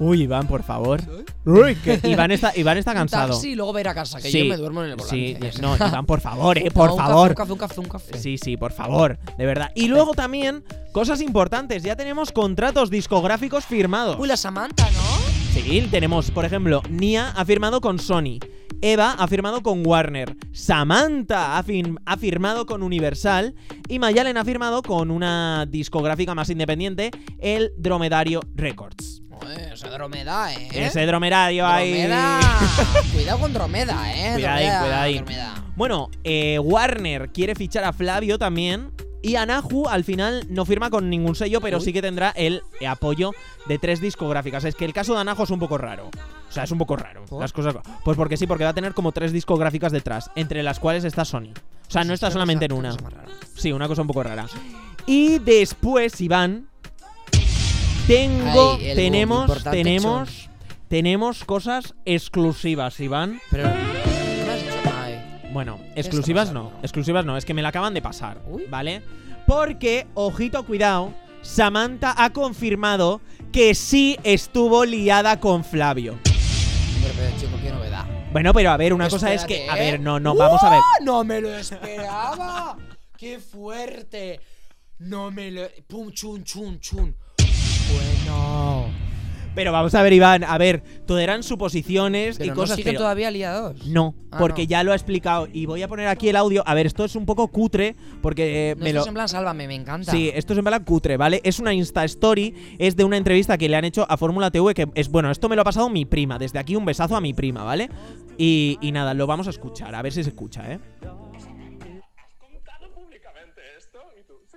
Speaker 1: Uy, Iván, por favor. Uy, que Iván está Iván está cansado.
Speaker 2: Sí, luego ver a casa, que
Speaker 1: Sí,
Speaker 2: yo me duermo en el volante.
Speaker 1: sí,
Speaker 2: Ya sé.
Speaker 1: no, Iván, por favor, eh, por
Speaker 2: No, un café,
Speaker 1: favor.
Speaker 2: un café, un café, un café.
Speaker 1: Sí, sí, por favor, de verdad. Y luego también, cosas importantes, ya tenemos contratos discográficos firmados.
Speaker 2: Uy, la Samantha, ¿no?
Speaker 1: Sí, tenemos, por ejemplo, Nia ha firmado con Sony, Eva ha firmado con Warner, Samantha ha, fir- ha firmado con Universal y Mayalen ha firmado con una discográfica más independiente, el Dromedario Records.
Speaker 2: Joder, esa Dromeda, ¿eh?
Speaker 1: Ese dromedario ahí...
Speaker 2: Dromeda. Cuidado con Dromeda, ¿eh?
Speaker 1: Cuidadín,
Speaker 2: Dromeda,
Speaker 1: cuidadín.
Speaker 2: Dromeda.
Speaker 1: Bueno, eh, Warner quiere fichar a Flavio también. Y Anahu al final no firma con ningún sello, pero
Speaker 2: Uy.
Speaker 1: sí que tendrá el apoyo de tres discográficas. Es que el caso de Anahu es un poco raro. O sea, es un poco raro.
Speaker 2: ¿Por?
Speaker 1: Las cosas. Pues porque sí, porque va a tener como tres discográficas detrás, entre las cuales está Sony. O sea, Ah, no está
Speaker 2: Qué cosa-
Speaker 1: solamente en
Speaker 2: qué
Speaker 1: una.
Speaker 2: cosa más rara.
Speaker 1: Sí, una cosa un poco rara. Y después, Iván, tengo,
Speaker 2: Ay, el boom,
Speaker 1: tenemos,
Speaker 2: importante,
Speaker 1: tenemos, tenemos cosas exclusivas, Iván.
Speaker 2: Pero. ¿qué me has dicho? Ay.
Speaker 1: Bueno,
Speaker 2: está
Speaker 1: exclusivas no,
Speaker 2: pasando?
Speaker 1: exclusivas no, es que me la acaban de pasar,
Speaker 2: Uy.
Speaker 1: ¿vale? Porque, ojito, cuidado, Samantha ha confirmado que sí estuvo liada con Flavio.
Speaker 2: Pero, pero, chico, qué novedad.
Speaker 1: Bueno, pero a ver, una cosa es
Speaker 2: Espérate,
Speaker 1: que, a
Speaker 2: ¿eh?
Speaker 1: ver, no, no, vamos a ver.
Speaker 2: ¡Uh! ¡No me lo esperaba! ¡Qué fuerte! No me lo. ¡Pum, chun, chun, chun! Bueno.
Speaker 1: Pero vamos a ver, Iván, a ver, todo eran suposiciones
Speaker 2: Pero
Speaker 1: y
Speaker 2: no
Speaker 1: cosas
Speaker 2: siguen
Speaker 1: pero-
Speaker 2: todavía liados.
Speaker 1: No,
Speaker 2: Ah,
Speaker 1: porque
Speaker 2: no.
Speaker 1: ya lo ha explicado y voy a poner aquí el audio. A ver, esto es un poco cutre porque eh,
Speaker 2: No,
Speaker 1: me
Speaker 2: esto
Speaker 1: lo
Speaker 2: es en plan, sálvame, me encanta.
Speaker 1: Sí, esto es en plan cutre, ¿vale? Es una Insta Story, es de una entrevista que le han hecho a Fórmula TV, que es, bueno, esto me lo ha pasado mi prima, desde aquí un besazo a mi prima, ¿vale? Y, y nada, lo vamos a escuchar, a ver si se escucha, ¿eh?
Speaker 8: contado públicamente esto? Y tú, sí.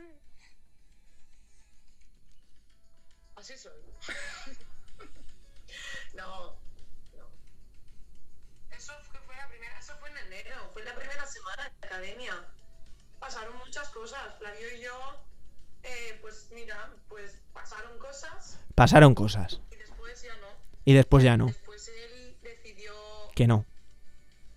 Speaker 8: Así soy. no, no. Eso fue, fue la primera, eso fue en enero, fue la primera semana de academia. Pasaron muchas cosas. Flavio y yo, eh, pues mira, pues pasaron cosas
Speaker 1: Pasaron cosas.
Speaker 8: y después ya no.
Speaker 1: Y después ya no,
Speaker 8: Después él decidió
Speaker 1: que no.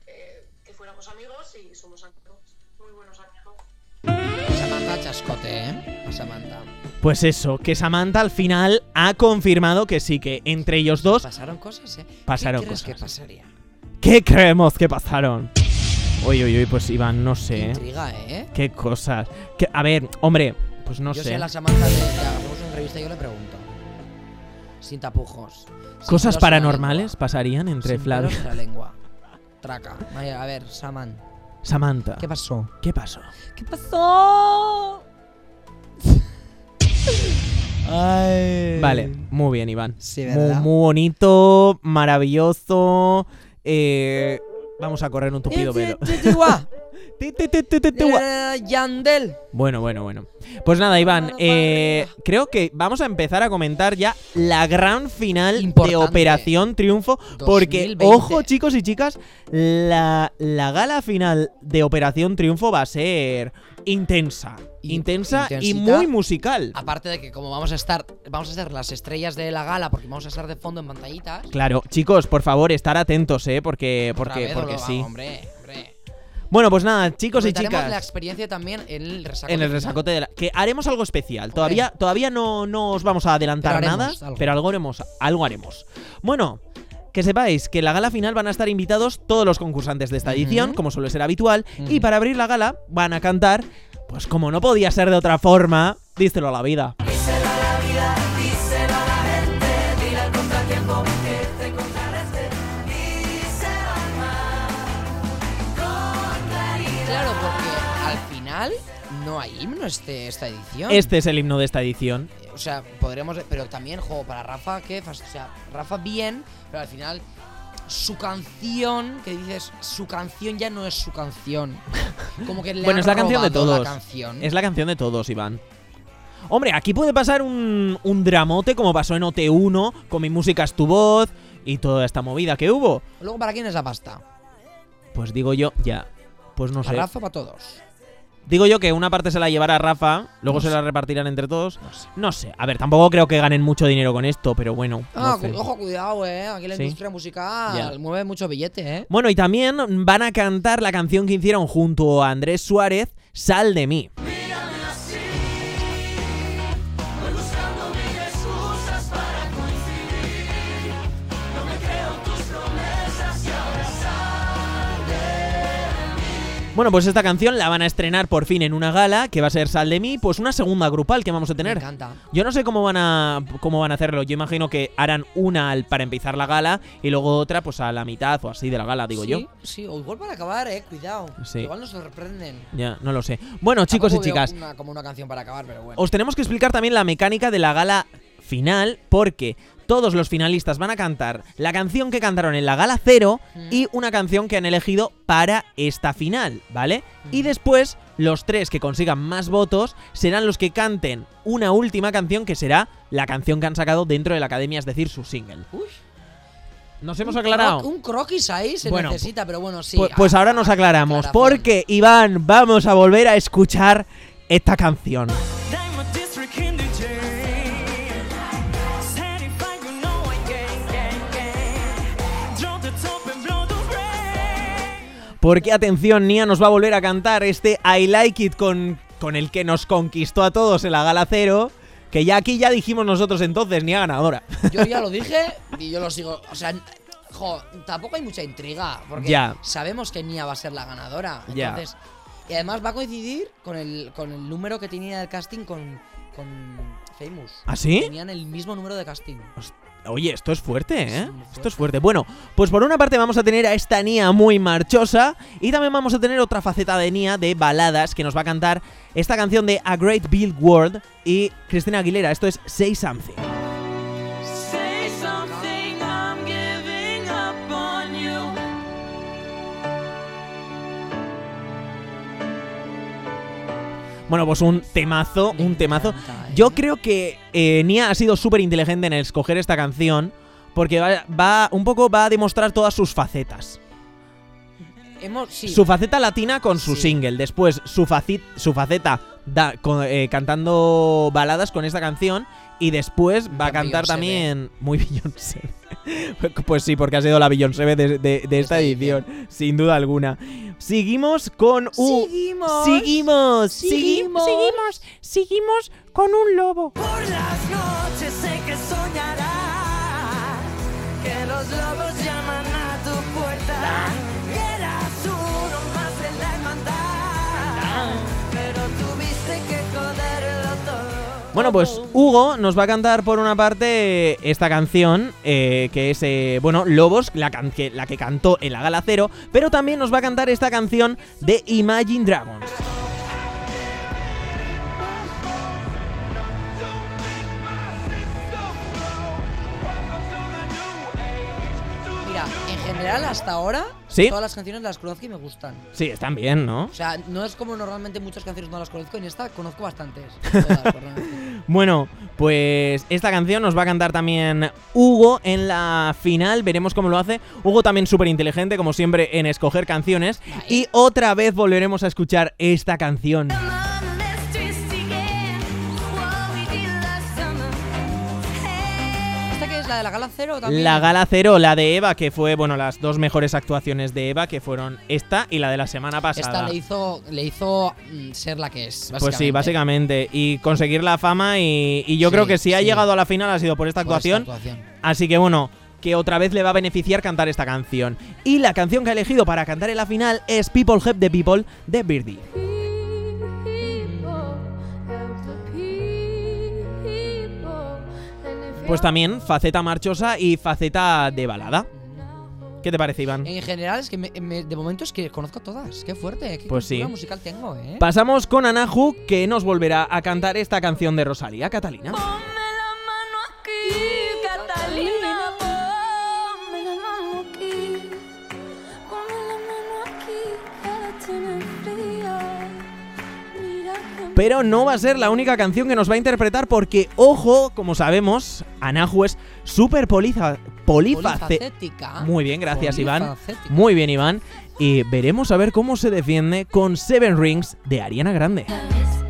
Speaker 8: eh, que fuéramos amigos y somos amigos, muy buenos amigos.
Speaker 2: Samantha chascote, ¿eh? A Samantha.
Speaker 1: Pues eso, que Samantha al final ha confirmado que sí, que entre ellos dos,
Speaker 2: Pasaron cosas, ¿eh?
Speaker 1: Pues Pasaron
Speaker 2: ¿Qué crees
Speaker 1: cosas.
Speaker 2: que pasaría?
Speaker 1: ¿qué creemos que pasaron? Uy, uy, uy, pues Iván, no sé, ¿eh?
Speaker 2: Intriga, ¿eh?
Speaker 1: Qué cosas. Que, a ver, hombre, pues no
Speaker 2: yo
Speaker 1: sé.
Speaker 2: sé a la Samantha le le hacemos una entrevista y yo le pregunto. Sin tapujos. sin pelos
Speaker 1: Cosas
Speaker 2: en la
Speaker 1: paranormales
Speaker 2: lengua,
Speaker 1: pasarían entre
Speaker 2: sin
Speaker 1: Flavio
Speaker 2: pelos en la lengua. Traca. Vale, a ver, Saman.
Speaker 1: Samantha.
Speaker 2: ¿Qué pasó?
Speaker 1: ¿Qué pasó?
Speaker 2: ¿Qué pasó? Ay.
Speaker 1: Vale, muy bien, Iván.
Speaker 2: Eh, Sí,
Speaker 1: Mu- muy,
Speaker 2: ¿verdad?
Speaker 1: bonito, maravilloso. eh, vamos a correr un tupido velo. Ti, ti, ti, ti, ti, ti, gua-
Speaker 2: eh, Yandel.
Speaker 1: Bueno, bueno, bueno. Pues nada, Iván, eh, creo que vamos a empezar a comentar ya la gran final
Speaker 2: Importante.
Speaker 1: de Operación Triunfo. Porque,
Speaker 2: 2020.
Speaker 1: ojo, chicos y chicas, la, la gala final de Operación Triunfo va a ser intensa.
Speaker 2: Y-
Speaker 1: intensa y
Speaker 2: intensita.
Speaker 1: muy musical.
Speaker 2: Aparte de que como vamos a estar, vamos a ser las estrellas de la gala porque vamos a estar de fondo en pantallitas.
Speaker 1: Claro, chicos, por favor, estar atentos, ¿eh? Porque,
Speaker 2: Otra
Speaker 1: porque,
Speaker 2: vez,
Speaker 1: porque
Speaker 2: Olova,
Speaker 1: sí.
Speaker 2: Hombre, hombre.
Speaker 1: Bueno, pues nada, chicos y
Speaker 2: Comentaremos
Speaker 1: chicas.
Speaker 2: la experiencia también en el resacote.
Speaker 1: En el resacote de la... Que haremos algo especial. Todavía, todavía no, no os vamos a adelantar
Speaker 2: Pero
Speaker 1: nada,
Speaker 2: haremos algo.
Speaker 1: pero algo haremos, algo haremos. Bueno, que sepáis que en la gala final van a estar invitados todos los concursantes de esta edición, como suele ser habitual, y para abrir la gala van a cantar, pues como no podía ser de otra forma, dístelo a la vida.
Speaker 2: Claro, porque al final no hay himno este, esta edición.
Speaker 1: Este es el himno de esta edición.
Speaker 2: O sea, podremos. Pero también, juego para Rafa, que. fas- O sea, Rafa bien, pero al final. Su canción, que dices, su canción ya no es su canción. Como que le
Speaker 1: Bueno,
Speaker 2: han
Speaker 1: es la canción de
Speaker 2: robado
Speaker 1: todos.
Speaker 2: La canción.
Speaker 1: Es la canción de todos, Iván. Hombre, aquí puede pasar un, un dramote como pasó en OT1, con mi música es tu voz y toda esta movida que hubo.
Speaker 2: Luego, ¿para quién es la pasta?
Speaker 1: Pues digo yo, ya. Pues no sé.
Speaker 2: ¿Para Rafa o para todos?
Speaker 1: Digo yo que una parte se la llevará Rafa, luego se la repartirán entre todos. No sé. A ver, tampoco creo que ganen mucho dinero con esto, pero bueno. no
Speaker 2: Ah,
Speaker 1: sé.
Speaker 2: cu- ojo, cuidado, eh. Aquí la
Speaker 1: Sí.
Speaker 2: industria musical
Speaker 1: Ya.
Speaker 2: mueve mucho billete, eh.
Speaker 1: Bueno, y también van a cantar la canción que hicieron junto a Andrés Suárez, Sal de mí. Bueno, pues esta canción la van a estrenar por fin en una gala, que va a ser Sal de mí, pues una segunda grupal que vamos a
Speaker 2: Me
Speaker 1: tener.
Speaker 2: encanta.
Speaker 1: Yo no sé cómo van a cómo van a hacerlo. Yo imagino que harán una al- para empezar la gala y luego otra pues a la mitad o así de la gala, digo
Speaker 2: sí,
Speaker 1: yo.
Speaker 2: Sí, o igual para acabar, eh. Cuidado.
Speaker 1: Sí.
Speaker 2: Igual nos sorprenden.
Speaker 1: Ya, no lo sé. Bueno, chicos y
Speaker 2: Tampoco veo
Speaker 1: chicas,
Speaker 2: una- como una canción para acabar, pero bueno.
Speaker 1: os tenemos que explicar también la mecánica de la gala final porque todos los finalistas van a cantar la canción que cantaron en la gala cero
Speaker 2: Mm.
Speaker 1: y una canción que han elegido para esta final, ¿vale? Y
Speaker 2: Mm.
Speaker 1: después los tres que consigan más votos serán los que canten una última canción que será la canción que han sacado dentro de la academia, es decir, su single.
Speaker 2: Uy.
Speaker 1: Nos hemos
Speaker 2: Un
Speaker 1: aclarado.
Speaker 2: croqu- Un croquis ahí se
Speaker 1: Bueno,
Speaker 2: necesita, pero bueno, sí.
Speaker 1: Pues, pues
Speaker 2: ah,
Speaker 1: ahora nos
Speaker 2: ah,
Speaker 1: aclaramos.
Speaker 2: aclaración.
Speaker 1: Porque, Iván, vamos a volver a escuchar esta canción.
Speaker 7: I'm a district in the jail. Satisfied, you know I gang, gang, gang. Drop the top and blow the brain.
Speaker 1: Porque, atención, Nia nos va a volver a cantar este I Like It con, con el que nos conquistó a todos en la gala cero. Que ya aquí ya dijimos nosotros entonces, Nia ganadora.
Speaker 2: Yo ya lo dije y yo lo sigo. O sea, n- jo, tampoco hay mucha intriga. Porque
Speaker 1: Ya.
Speaker 2: sabemos que Nia va a ser la ganadora.
Speaker 1: Ya.
Speaker 2: Entonces, Y además va a coincidir con el, con el número que tenía el casting con, con Famous.
Speaker 1: ¿Ah, sí?
Speaker 2: Tenían el mismo número de casting.
Speaker 1: Oye, esto es fuerte, ¿eh?
Speaker 2: Sí, muy
Speaker 1: Esto es fuerte. Bueno, pues por una parte vamos a tener a esta Nia muy marchosa y también vamos a tener otra faceta de Nia de baladas que nos va a cantar esta canción de A Great Build World y Cristina Aguilera. Esto es Say Something.
Speaker 7: Say something, I'm giving up on you.
Speaker 1: Bueno, pues un temazo,
Speaker 2: Me
Speaker 1: un temazo.
Speaker 2: encanta, ¿eh?
Speaker 1: Yo creo que eh, Nia ha sido súper inteligente en escoger esta canción porque va, va- un poco va a demostrar todas sus facetas.
Speaker 2: Hemos, sí,
Speaker 1: Su faceta latina con su
Speaker 2: Sí.
Speaker 1: single, después su, faci- su faceta da- con- eh, cantando baladas con esta canción y después va a
Speaker 2: plan
Speaker 1: cantar
Speaker 2: Beyoncé,
Speaker 1: también muy Beyoncé. pues sí, porque ha sido la Beyoncé de, de- de esta
Speaker 2: esta
Speaker 1: edición, sin duda alguna. Seguimos con un...
Speaker 2: Seguimos.
Speaker 1: Seguimos,
Speaker 2: Seguimos.
Speaker 1: seguimos, seguimos con un lobo.
Speaker 7: Por las noches sé que soñarás que los lobos llaman a tu puerta. Y eras uno más de la hermandad, pero tuviste que joderlo todo.
Speaker 1: Bueno, pues Hugo nos va a cantar por una parte esta canción, eh, que es, eh, bueno, Lobos, la, can- que, la que cantó en la Gala Cero, pero también nos va a cantar esta canción de Imagine Dragons.
Speaker 2: Mira, en general hasta ahora,
Speaker 1: Sí.
Speaker 2: todas las canciones las conozco y me gustan.
Speaker 1: Sí, están bien, ¿no?
Speaker 2: O sea, no es como normalmente muchas canciones no las conozco, en esta conozco bastantes. Todas, por no decir.
Speaker 1: Bueno, pues esta canción nos va a cantar también Hugo en la final, veremos cómo lo hace. Hugo también súper inteligente, como siempre, en escoger canciones. Y otra vez volveremos a escuchar esta canción.
Speaker 2: ¿Esta que es la la de la Gala Cero también.
Speaker 1: La gala cero, la de Eva, que fue, bueno, las dos mejores actuaciones de Eva, que fueron esta y la de la semana pasada.
Speaker 2: Esta le hizo, le hizo mm, ser la que es,
Speaker 1: Pues sí, básicamente. Y conseguir la fama y, y yo creo
Speaker 2: Sí,
Speaker 1: que si ha
Speaker 2: sí.
Speaker 1: llegado a la final ha sido por esta
Speaker 2: Por esta
Speaker 1: actuación. Así que bueno, que otra vez le va a beneficiar cantar esta canción. Y la canción que ha elegido para cantar en la final es People Help the People de Birdie. Pues también faceta marchosa y faceta de balada. ¿Qué te parece, Iván?
Speaker 2: En general, es que me- me- de momento es que conozco todas. Qué fuerte, qué
Speaker 1: Pues sí.
Speaker 2: cultura musical tengo, ¿eh?
Speaker 1: Pasamos con Anahu, que nos volverá a cantar esta canción de Rosalía, Catalina.
Speaker 3: Ponme la mano aquí, Catalina. Ponme la mano aquí. Ponme la mano aquí, que la tiene fría. Mira que
Speaker 1: Pero no va a ser la única canción que nos va a interpretar porque, ojo, como sabemos, Anahu es súper poliza- poliface-
Speaker 2: Polifacética.
Speaker 1: Muy bien, gracias Iván.
Speaker 2: Polifacética.
Speaker 1: Muy bien Iván. Y veremos a ver cómo se defiende con Seven Rings de Ariana Grande.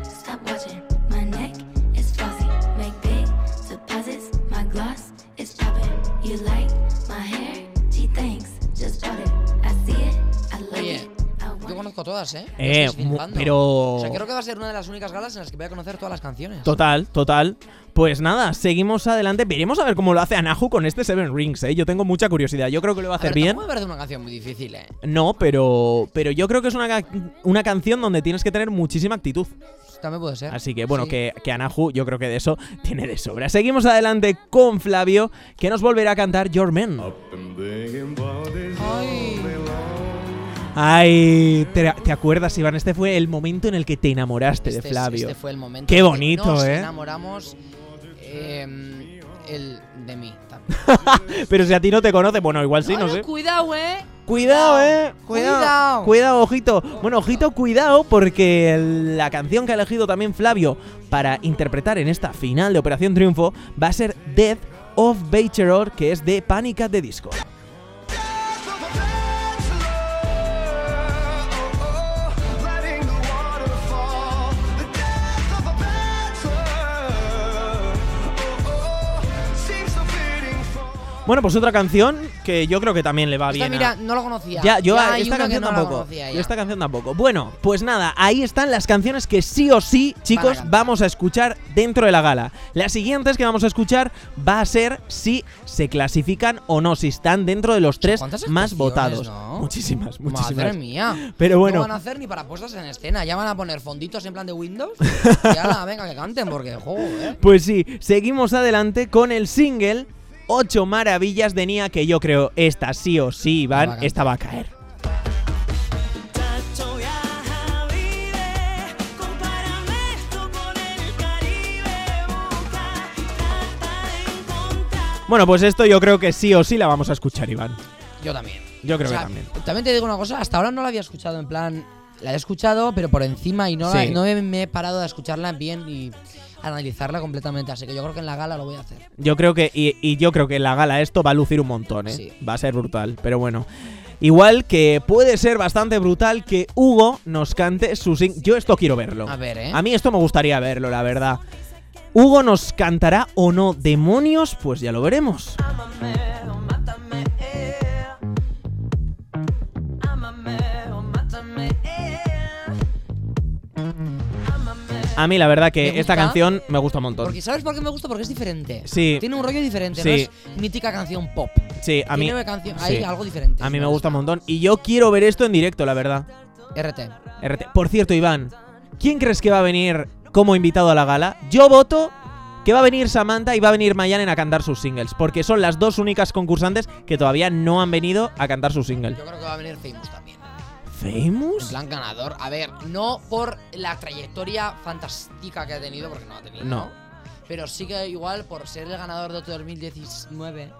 Speaker 9: Stop watching. My neck is flossy. Make big deposits. My gloss is popping. You like my hair? She thinks. Just bought it. I see it. I love
Speaker 2: Oye,
Speaker 9: it. I want
Speaker 2: Yo conozco todas, ¿eh?
Speaker 1: Eh,
Speaker 2: Ya estoy
Speaker 1: mu-
Speaker 2: flipando.
Speaker 1: pero-
Speaker 2: O sea, creo que va a ser una de las únicas galas en las que voy a conocer todas las canciones.
Speaker 1: Total, total. Pues nada, seguimos adelante. Veremos a ver cómo lo hace Anahu con este Seven Rings, ¿eh? Yo tengo mucha curiosidad. Yo creo que lo va a
Speaker 2: A ver,
Speaker 1: hacer bien.
Speaker 2: tampoco me parece una canción muy difícil, ¿eh?
Speaker 1: No, pero, pero yo creo que es una, ca- una canción donde tienes que tener muchísima actitud.
Speaker 2: También puede ser.
Speaker 1: Así que bueno,
Speaker 2: Sí.
Speaker 1: que, que Anahu yo creo que de eso tiene de sobra. Seguimos adelante con Flavio, que nos volverá a cantar Your Men.
Speaker 2: Ay,
Speaker 1: Ay, ¿te, te acuerdas, Iván? Este fue el momento en el que te enamoraste
Speaker 2: este
Speaker 1: de
Speaker 2: es-
Speaker 1: Flavio.
Speaker 2: este fue el momento.
Speaker 1: Qué
Speaker 2: en el que
Speaker 1: bonito,
Speaker 2: nos
Speaker 1: ¿eh?
Speaker 2: enamoramos eh, el de mí. también.
Speaker 1: Pero si a ti no te conoce, bueno, igual sí, no
Speaker 2: Ay,
Speaker 1: sé.
Speaker 2: Cuidado, ¿eh?
Speaker 1: Cuidado, eh.
Speaker 2: Cuidado.
Speaker 1: Cuidado, ojito. Bueno, ojito, cuidado, porque la canción que ha elegido también Flavio para interpretar en esta final de Operación Triunfo va a ser Death of Bachelor, que es de Panic at the Disco. Bueno, pues otra canción que yo creo que también le va
Speaker 2: Esta,
Speaker 1: bien. a-
Speaker 2: mira, no lo conocía.
Speaker 1: Ya, yo a-
Speaker 2: hay
Speaker 1: esta
Speaker 2: una que
Speaker 1: canción
Speaker 2: no la
Speaker 1: tampoco.
Speaker 2: conocía
Speaker 1: yo
Speaker 2: ya.
Speaker 1: esta canción tampoco. Bueno, pues nada, ahí están las canciones que sí o sí,
Speaker 2: Van a
Speaker 1: chicos,
Speaker 2: cantar.
Speaker 1: vamos a escuchar dentro de la gala. Las siguientes que vamos a escuchar va a ser si se clasifican o no, si están dentro de los tres
Speaker 2: ¿Cuántas
Speaker 1: más
Speaker 2: actuaciones,
Speaker 1: votados.
Speaker 2: no?
Speaker 1: Muchísimas, muchísimas.
Speaker 2: Madre mía.
Speaker 1: Pero
Speaker 2: No
Speaker 1: bueno,
Speaker 2: van a hacer ni para puestas en escena. Ya van a poner fonditos en plan de Windows. y ahora, venga, que canten, porque, eh, joder.
Speaker 1: pues sí, seguimos adelante con el single 8 maravillas de Nia que yo creo esta sí o sí,
Speaker 2: Va a
Speaker 1: Iván,
Speaker 2: cantar.
Speaker 1: esta va a caer.
Speaker 3: Tacho viaja, vive, compárame esto con el Caribe, busca, trata de encontrar.
Speaker 1: Bueno, pues esto yo creo que sí o sí la vamos a escuchar, Iván.
Speaker 2: Yo también.
Speaker 1: Yo creo
Speaker 2: O sea,
Speaker 1: que también.
Speaker 2: También te digo una cosa, hasta ahora no la había escuchado en plan. La he escuchado, pero por encima y no, la-
Speaker 1: Sí.
Speaker 2: no me, me he parado a escucharla bien y analizarla completamente. Así que yo creo que en la gala lo voy a hacer.
Speaker 1: Yo creo que, y, y yo creo que en la gala esto va a lucir un montón, ¿eh?
Speaker 2: Sí.
Speaker 1: Va a ser brutal, pero bueno. Igual que puede ser bastante brutal que Hugo nos cante su sing- Yo esto quiero verlo.
Speaker 2: A ver, ¿eh?
Speaker 1: A mí esto me gustaría verlo, la verdad. Hugo nos cantará o no demonios, pues ya lo veremos.
Speaker 4: Ámame o mátame, eh. Ámame
Speaker 10: Oh,
Speaker 4: o mátame, eh. Ámame.
Speaker 1: A mí la verdad que
Speaker 2: Me
Speaker 1: esta
Speaker 2: gusta.
Speaker 1: canción me gusta un montón.
Speaker 2: Porque ¿sabes por qué me gusta? Porque es diferente.
Speaker 1: Sí.
Speaker 2: Tiene un rollo diferente,
Speaker 1: Sí.
Speaker 2: no es mítica canción pop.
Speaker 1: Sí, a mí
Speaker 2: Tiene canción,
Speaker 1: sí.
Speaker 2: hay algo diferente.
Speaker 1: a mí me gusta un montón y yo quiero ver esto en directo, la verdad.
Speaker 2: RT.
Speaker 1: RT. Por cierto, Iván, ¿quién crees que va a venir como invitado a la gala? Yo voto que va a venir Samantha y va a venir Mayanen a cantar sus singles, porque son las dos únicas concursantes que todavía no han venido a cantar su single.
Speaker 2: Yo creo que va a venir Famous también. En
Speaker 1: ¿Famous?
Speaker 2: plan ganador. A ver, no por la trayectoria fantástica que ha tenido, porque no ha tenido.
Speaker 1: No.
Speaker 2: Pero sí que igual por ser el ganador de otro 2019,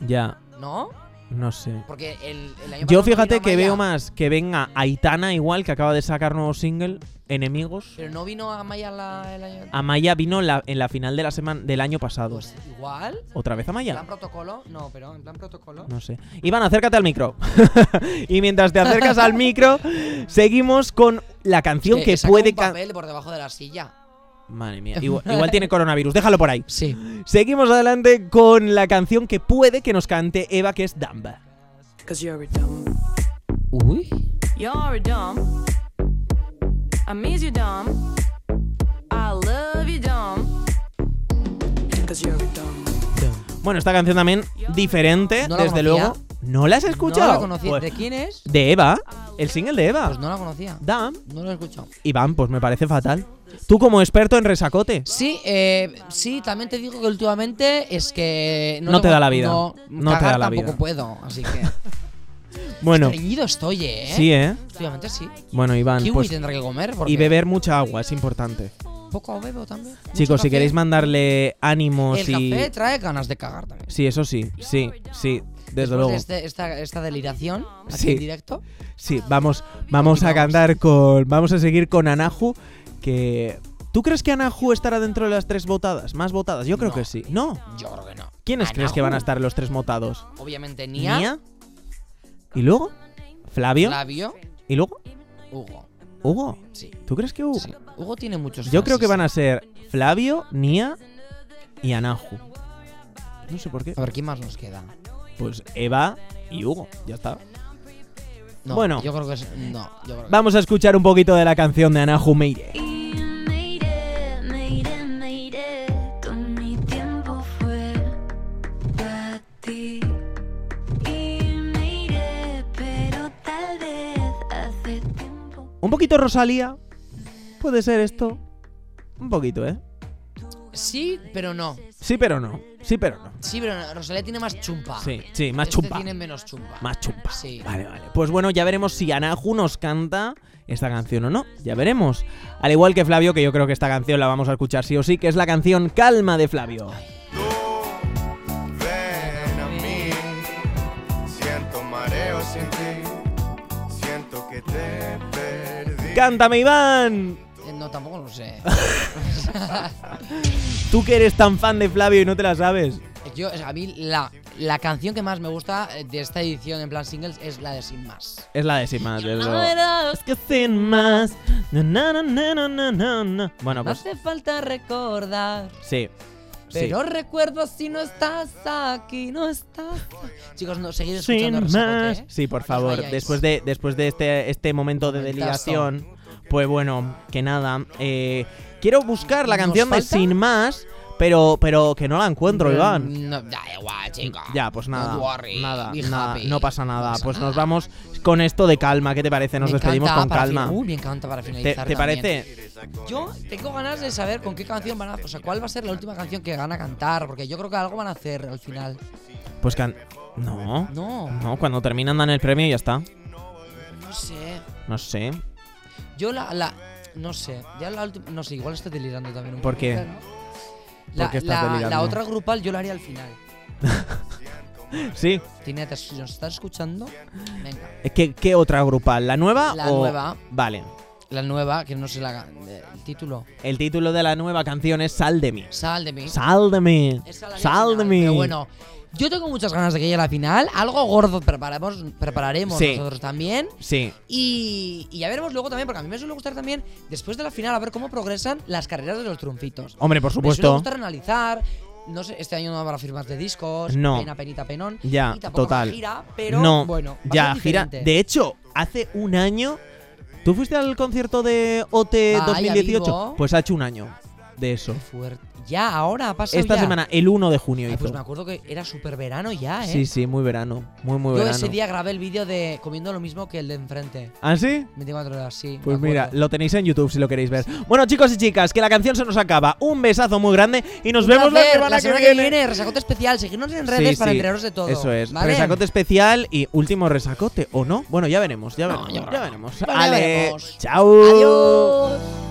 Speaker 1: Ya,
Speaker 2: ¿no?
Speaker 1: no sé.
Speaker 2: Porque el, el año
Speaker 1: Yo
Speaker 2: pasado
Speaker 1: fíjate
Speaker 2: vino
Speaker 1: que
Speaker 2: Amaya,
Speaker 1: veo más que venga Aitana igual, que acaba de sacar nuevo single, Enemigos.
Speaker 2: Pero no vino a Maya el año
Speaker 1: Amaya vino en la, en la final de la semana del año pasado.
Speaker 2: Pues igual.
Speaker 1: ¿Otra vez
Speaker 2: ¿En
Speaker 1: Amaya?
Speaker 2: plan protocolo? No, pero en plan protocolo.
Speaker 1: No sé. Iván, acércate al micro. y mientras te acercas al micro, seguimos con la canción
Speaker 2: Es
Speaker 1: que
Speaker 2: saca
Speaker 1: puede
Speaker 2: un
Speaker 1: cantar.
Speaker 2: papel por debajo de la silla.
Speaker 1: Madre mía. Igual, igual tiene coronavirus. Déjalo por ahí.
Speaker 2: Sí.
Speaker 1: Seguimos adelante con la canción que puede que nos cante Eva, que es Dumba.
Speaker 10: Cause you're a dumb.
Speaker 2: Uy.
Speaker 10: You're a dumb. I miss you dumb. I love you dumb. Cause you're a dumb.
Speaker 1: Bueno, esta canción también diferente,
Speaker 2: No la
Speaker 1: desde
Speaker 2: conocía.
Speaker 1: luego. ¿No la has escuchado?
Speaker 2: No la conocía.
Speaker 1: Pues,
Speaker 2: ¿De quién es?
Speaker 1: de Eva, el single de Eva.
Speaker 2: Pues no la conocía.
Speaker 1: Dumb.
Speaker 2: No la he escuchado.
Speaker 1: Iván, pues me parece fatal. Tú como experto en resacote.
Speaker 2: Sí, eh, sí, también te digo que últimamente es que...
Speaker 1: No te
Speaker 2: tengo-
Speaker 1: da la vida. No te
Speaker 2: cagar
Speaker 1: da la
Speaker 2: tampoco
Speaker 1: vida.
Speaker 2: puedo, así que...
Speaker 1: Bueno,
Speaker 2: Estreñido estoy, ¿eh?
Speaker 1: sí, ¿eh?
Speaker 2: Últimamente sí.
Speaker 1: Bueno, Iván,
Speaker 2: Kiwi
Speaker 1: pues...
Speaker 2: tendré que comer porque
Speaker 1: Y beber mucha agua, es importante.
Speaker 2: poco bebo también. Mucho
Speaker 1: Chicos, si
Speaker 2: café.
Speaker 1: queréis mandarle ánimos
Speaker 2: El
Speaker 1: y...
Speaker 2: café trae ganas de cagar también.
Speaker 1: Sí, eso sí, sí, sí, desde
Speaker 2: Después
Speaker 1: luego.
Speaker 2: de este- esta, esta deliración aquí
Speaker 1: Sí.
Speaker 2: en directo.
Speaker 1: Sí, vamos, vamos a
Speaker 2: Continuamos.
Speaker 1: cantar con... Vamos a seguir con Anahu, que... ¿Tú crees que Anahu estará dentro de las tres votadas? Más votadas, yo creo
Speaker 2: No.
Speaker 1: que sí. No.
Speaker 2: Yo creo que no.
Speaker 1: ¿Quiénes
Speaker 2: Anahu,
Speaker 1: crees que van a estar los tres votados?
Speaker 2: Obviamente Nia,
Speaker 1: Nia. ¿Y luego? Flavio.
Speaker 2: Flavio,
Speaker 1: ¿Y luego?
Speaker 2: Hugo.
Speaker 1: Hugo.
Speaker 2: Sí,
Speaker 1: ¿Tú crees que Hugo?
Speaker 2: sí. Hugo tiene muchos.
Speaker 1: Uh. Yo creo que van
Speaker 2: a.
Speaker 1: a ser Flavio, Nia y Anahu. No sé por qué.
Speaker 2: A ver, ¿quién más nos queda?
Speaker 1: Pues Eva y Hugo. Ya está.
Speaker 2: No,
Speaker 1: Bueno.
Speaker 2: Yo creo que es. No, yo creo que.
Speaker 1: Vamos a escuchar un poquito de la canción de Anahu Meire.
Speaker 9: Y me iré, me iré, me iré. Con mi tiempo fue para ti. Y me iré, pero tal vez hace tiempo.
Speaker 1: Un poquito Rosalía. ¿Puede ser esto? Un poquito, ¿eh?
Speaker 2: Sí, pero no.
Speaker 1: Sí, pero no. Sí, pero no.
Speaker 2: Sí, pero no. Rosalía tiene más chumpa.
Speaker 1: Sí, sí, más
Speaker 2: Este
Speaker 1: chumpa.
Speaker 2: tiene menos chumpa.
Speaker 1: Más chumpa.
Speaker 2: Sí.
Speaker 1: Vale, vale. Pues bueno, ya veremos si Anahu nos canta esta canción o no. Ya veremos. Al igual que Flavio, que yo creo que esta canción la vamos a escuchar sí o sí, que es la canción Calma de Flavio.
Speaker 5: Tú, ven a mí. Siento mareo sin ti. Siento que te perdí.
Speaker 1: ¡Cántame, Iván!
Speaker 2: Eh, No, tampoco lo sé.
Speaker 1: Tú que eres tan fan de Flavio y no te la sabes.
Speaker 2: yo, o sea, a mí la, la canción que más me gusta eh, de esta edición en plan singles es la de Sin Más.
Speaker 1: Es la de sin más, desde luego. Es que sin más. na, na, na, na, na, na, na, na. Bueno,
Speaker 2: No
Speaker 1: pues
Speaker 2: hace falta recordar.
Speaker 1: sí. Sí.
Speaker 2: Pero recuerdo si no estás aquí, no estás. Chicos, no, seguid escuchando
Speaker 1: Sin
Speaker 2: Resacote,
Speaker 1: más.
Speaker 2: ¿eh?
Speaker 1: Sí, por
Speaker 2: No os
Speaker 1: favor.
Speaker 2: vayáis.
Speaker 1: Después de, después de este, este momento de
Speaker 2: Momentazo.
Speaker 1: deliración, pues bueno, que nada. eh, quiero buscar la
Speaker 2: ¿Nos
Speaker 1: canción de
Speaker 2: falta?
Speaker 1: Sin Más, pero, pero que no la encuentro,
Speaker 2: Mm,
Speaker 1: Iván.
Speaker 2: No, da igual, chicos.
Speaker 1: Ya, pues nada.
Speaker 2: Don't worry,
Speaker 1: nada,
Speaker 2: be
Speaker 1: nada,
Speaker 2: happy.
Speaker 1: no pasa nada.
Speaker 2: pasa
Speaker 1: Pues nos
Speaker 2: nada.
Speaker 1: vamos con esto de calma. ¿Qué te parece? Nos
Speaker 2: Me
Speaker 1: despedimos
Speaker 2: encanta
Speaker 1: con
Speaker 2: para
Speaker 1: calma.
Speaker 2: fin- Uy, me encanta para
Speaker 1: ¿Te,
Speaker 2: finalizar.
Speaker 1: te
Speaker 2: también.
Speaker 1: parece?
Speaker 2: Yo tengo ganas de saber con qué canción van a. O sea, cuál va a ser la última canción que van a cantar. Porque yo creo que algo van a hacer al final.
Speaker 1: Pues can... No.
Speaker 2: No, no,
Speaker 1: No, cuando terminan dan el premio y ya está.
Speaker 2: sé.
Speaker 1: No sé.
Speaker 2: Yo la. la no sé. Ya la última. No sé, igual estoy delirando también un
Speaker 1: ¿Por
Speaker 2: poco,
Speaker 1: qué?
Speaker 2: pero- La,
Speaker 1: qué estás
Speaker 2: la- la
Speaker 1: delirando?
Speaker 2: otra grupal yo la haría al final.
Speaker 1: Sí.
Speaker 2: Tine, ¿te- si nos estás escuchando? Venga.
Speaker 1: Eh, ¿Qué, qué otra grupal? ¿La nueva
Speaker 2: La
Speaker 1: o...?
Speaker 2: nueva.
Speaker 1: Vale.
Speaker 2: La nueva, que no sé la, eh, el título.
Speaker 1: El título de la nueva canción es Sal de mí.
Speaker 2: Sal de mí.
Speaker 1: Sal de mí.
Speaker 2: Esa la haría
Speaker 1: Sal
Speaker 2: al
Speaker 1: de
Speaker 2: final,
Speaker 1: mí.
Speaker 2: Pero bueno, yo tengo muchas ganas de que llegue la final. Algo gordo preparamos, prepararemos
Speaker 1: Sí.
Speaker 2: nosotros también.
Speaker 1: Sí.
Speaker 2: Y, y ya veremos luego también, porque a mí me suele gustar también, después de la final, a ver cómo progresan las carreras de los triunfitos.
Speaker 1: Hombre, por
Speaker 2: Me suele
Speaker 1: supuesto.
Speaker 2: gustar analizar. No sé, este año no habrá firmas de discos.
Speaker 1: No.
Speaker 2: Pena, penita, penón.
Speaker 1: Ya,
Speaker 2: y tampoco habrá
Speaker 1: total.
Speaker 2: gira, pero
Speaker 1: no,
Speaker 2: bueno. va a
Speaker 1: ya,
Speaker 2: ser
Speaker 1: gira.
Speaker 2: diferente.
Speaker 1: De hecho, hace un año. ¿Tú fuiste al concierto de OT
Speaker 2: Vaya,
Speaker 1: 2018?
Speaker 2: vivo.
Speaker 1: Pues ha hecho un año de eso.
Speaker 2: Qué fuerte. Ya, ahora, pasa
Speaker 1: Esta semana, el 1 de junio hizo.
Speaker 2: pues me acuerdo que era súper verano ya, ¿eh?
Speaker 1: Sí, sí, muy verano. Muy, muy
Speaker 2: Yo
Speaker 1: verano.
Speaker 2: ese día grabé el vídeo de comiendo lo mismo que el de enfrente.
Speaker 1: ¿Ah, sí?
Speaker 2: 24 horas, sí. me
Speaker 1: Pues mira,
Speaker 2: acuerdo.
Speaker 1: lo tenéis en YouTube si lo queréis ver. Bueno, chicos y chicas, que la canción se nos acaba. Un besazo muy grande y nos
Speaker 2: Un
Speaker 1: vemos la
Speaker 2: placer,
Speaker 1: semana,
Speaker 2: que viene. Resacote especial. Seguirnos en redes
Speaker 1: Sí,
Speaker 2: para
Speaker 1: sí,
Speaker 2: enteraros de todo.
Speaker 1: Eso es.
Speaker 2: ¿vale?
Speaker 1: Resacote especial y último resacote, ¿o no? Bueno, ya veremos, ya veremos.
Speaker 2: ya
Speaker 1: ya veremos.
Speaker 2: Bueno, ya
Speaker 1: Vale.
Speaker 2: veremos.
Speaker 1: Chao.
Speaker 2: Adiós.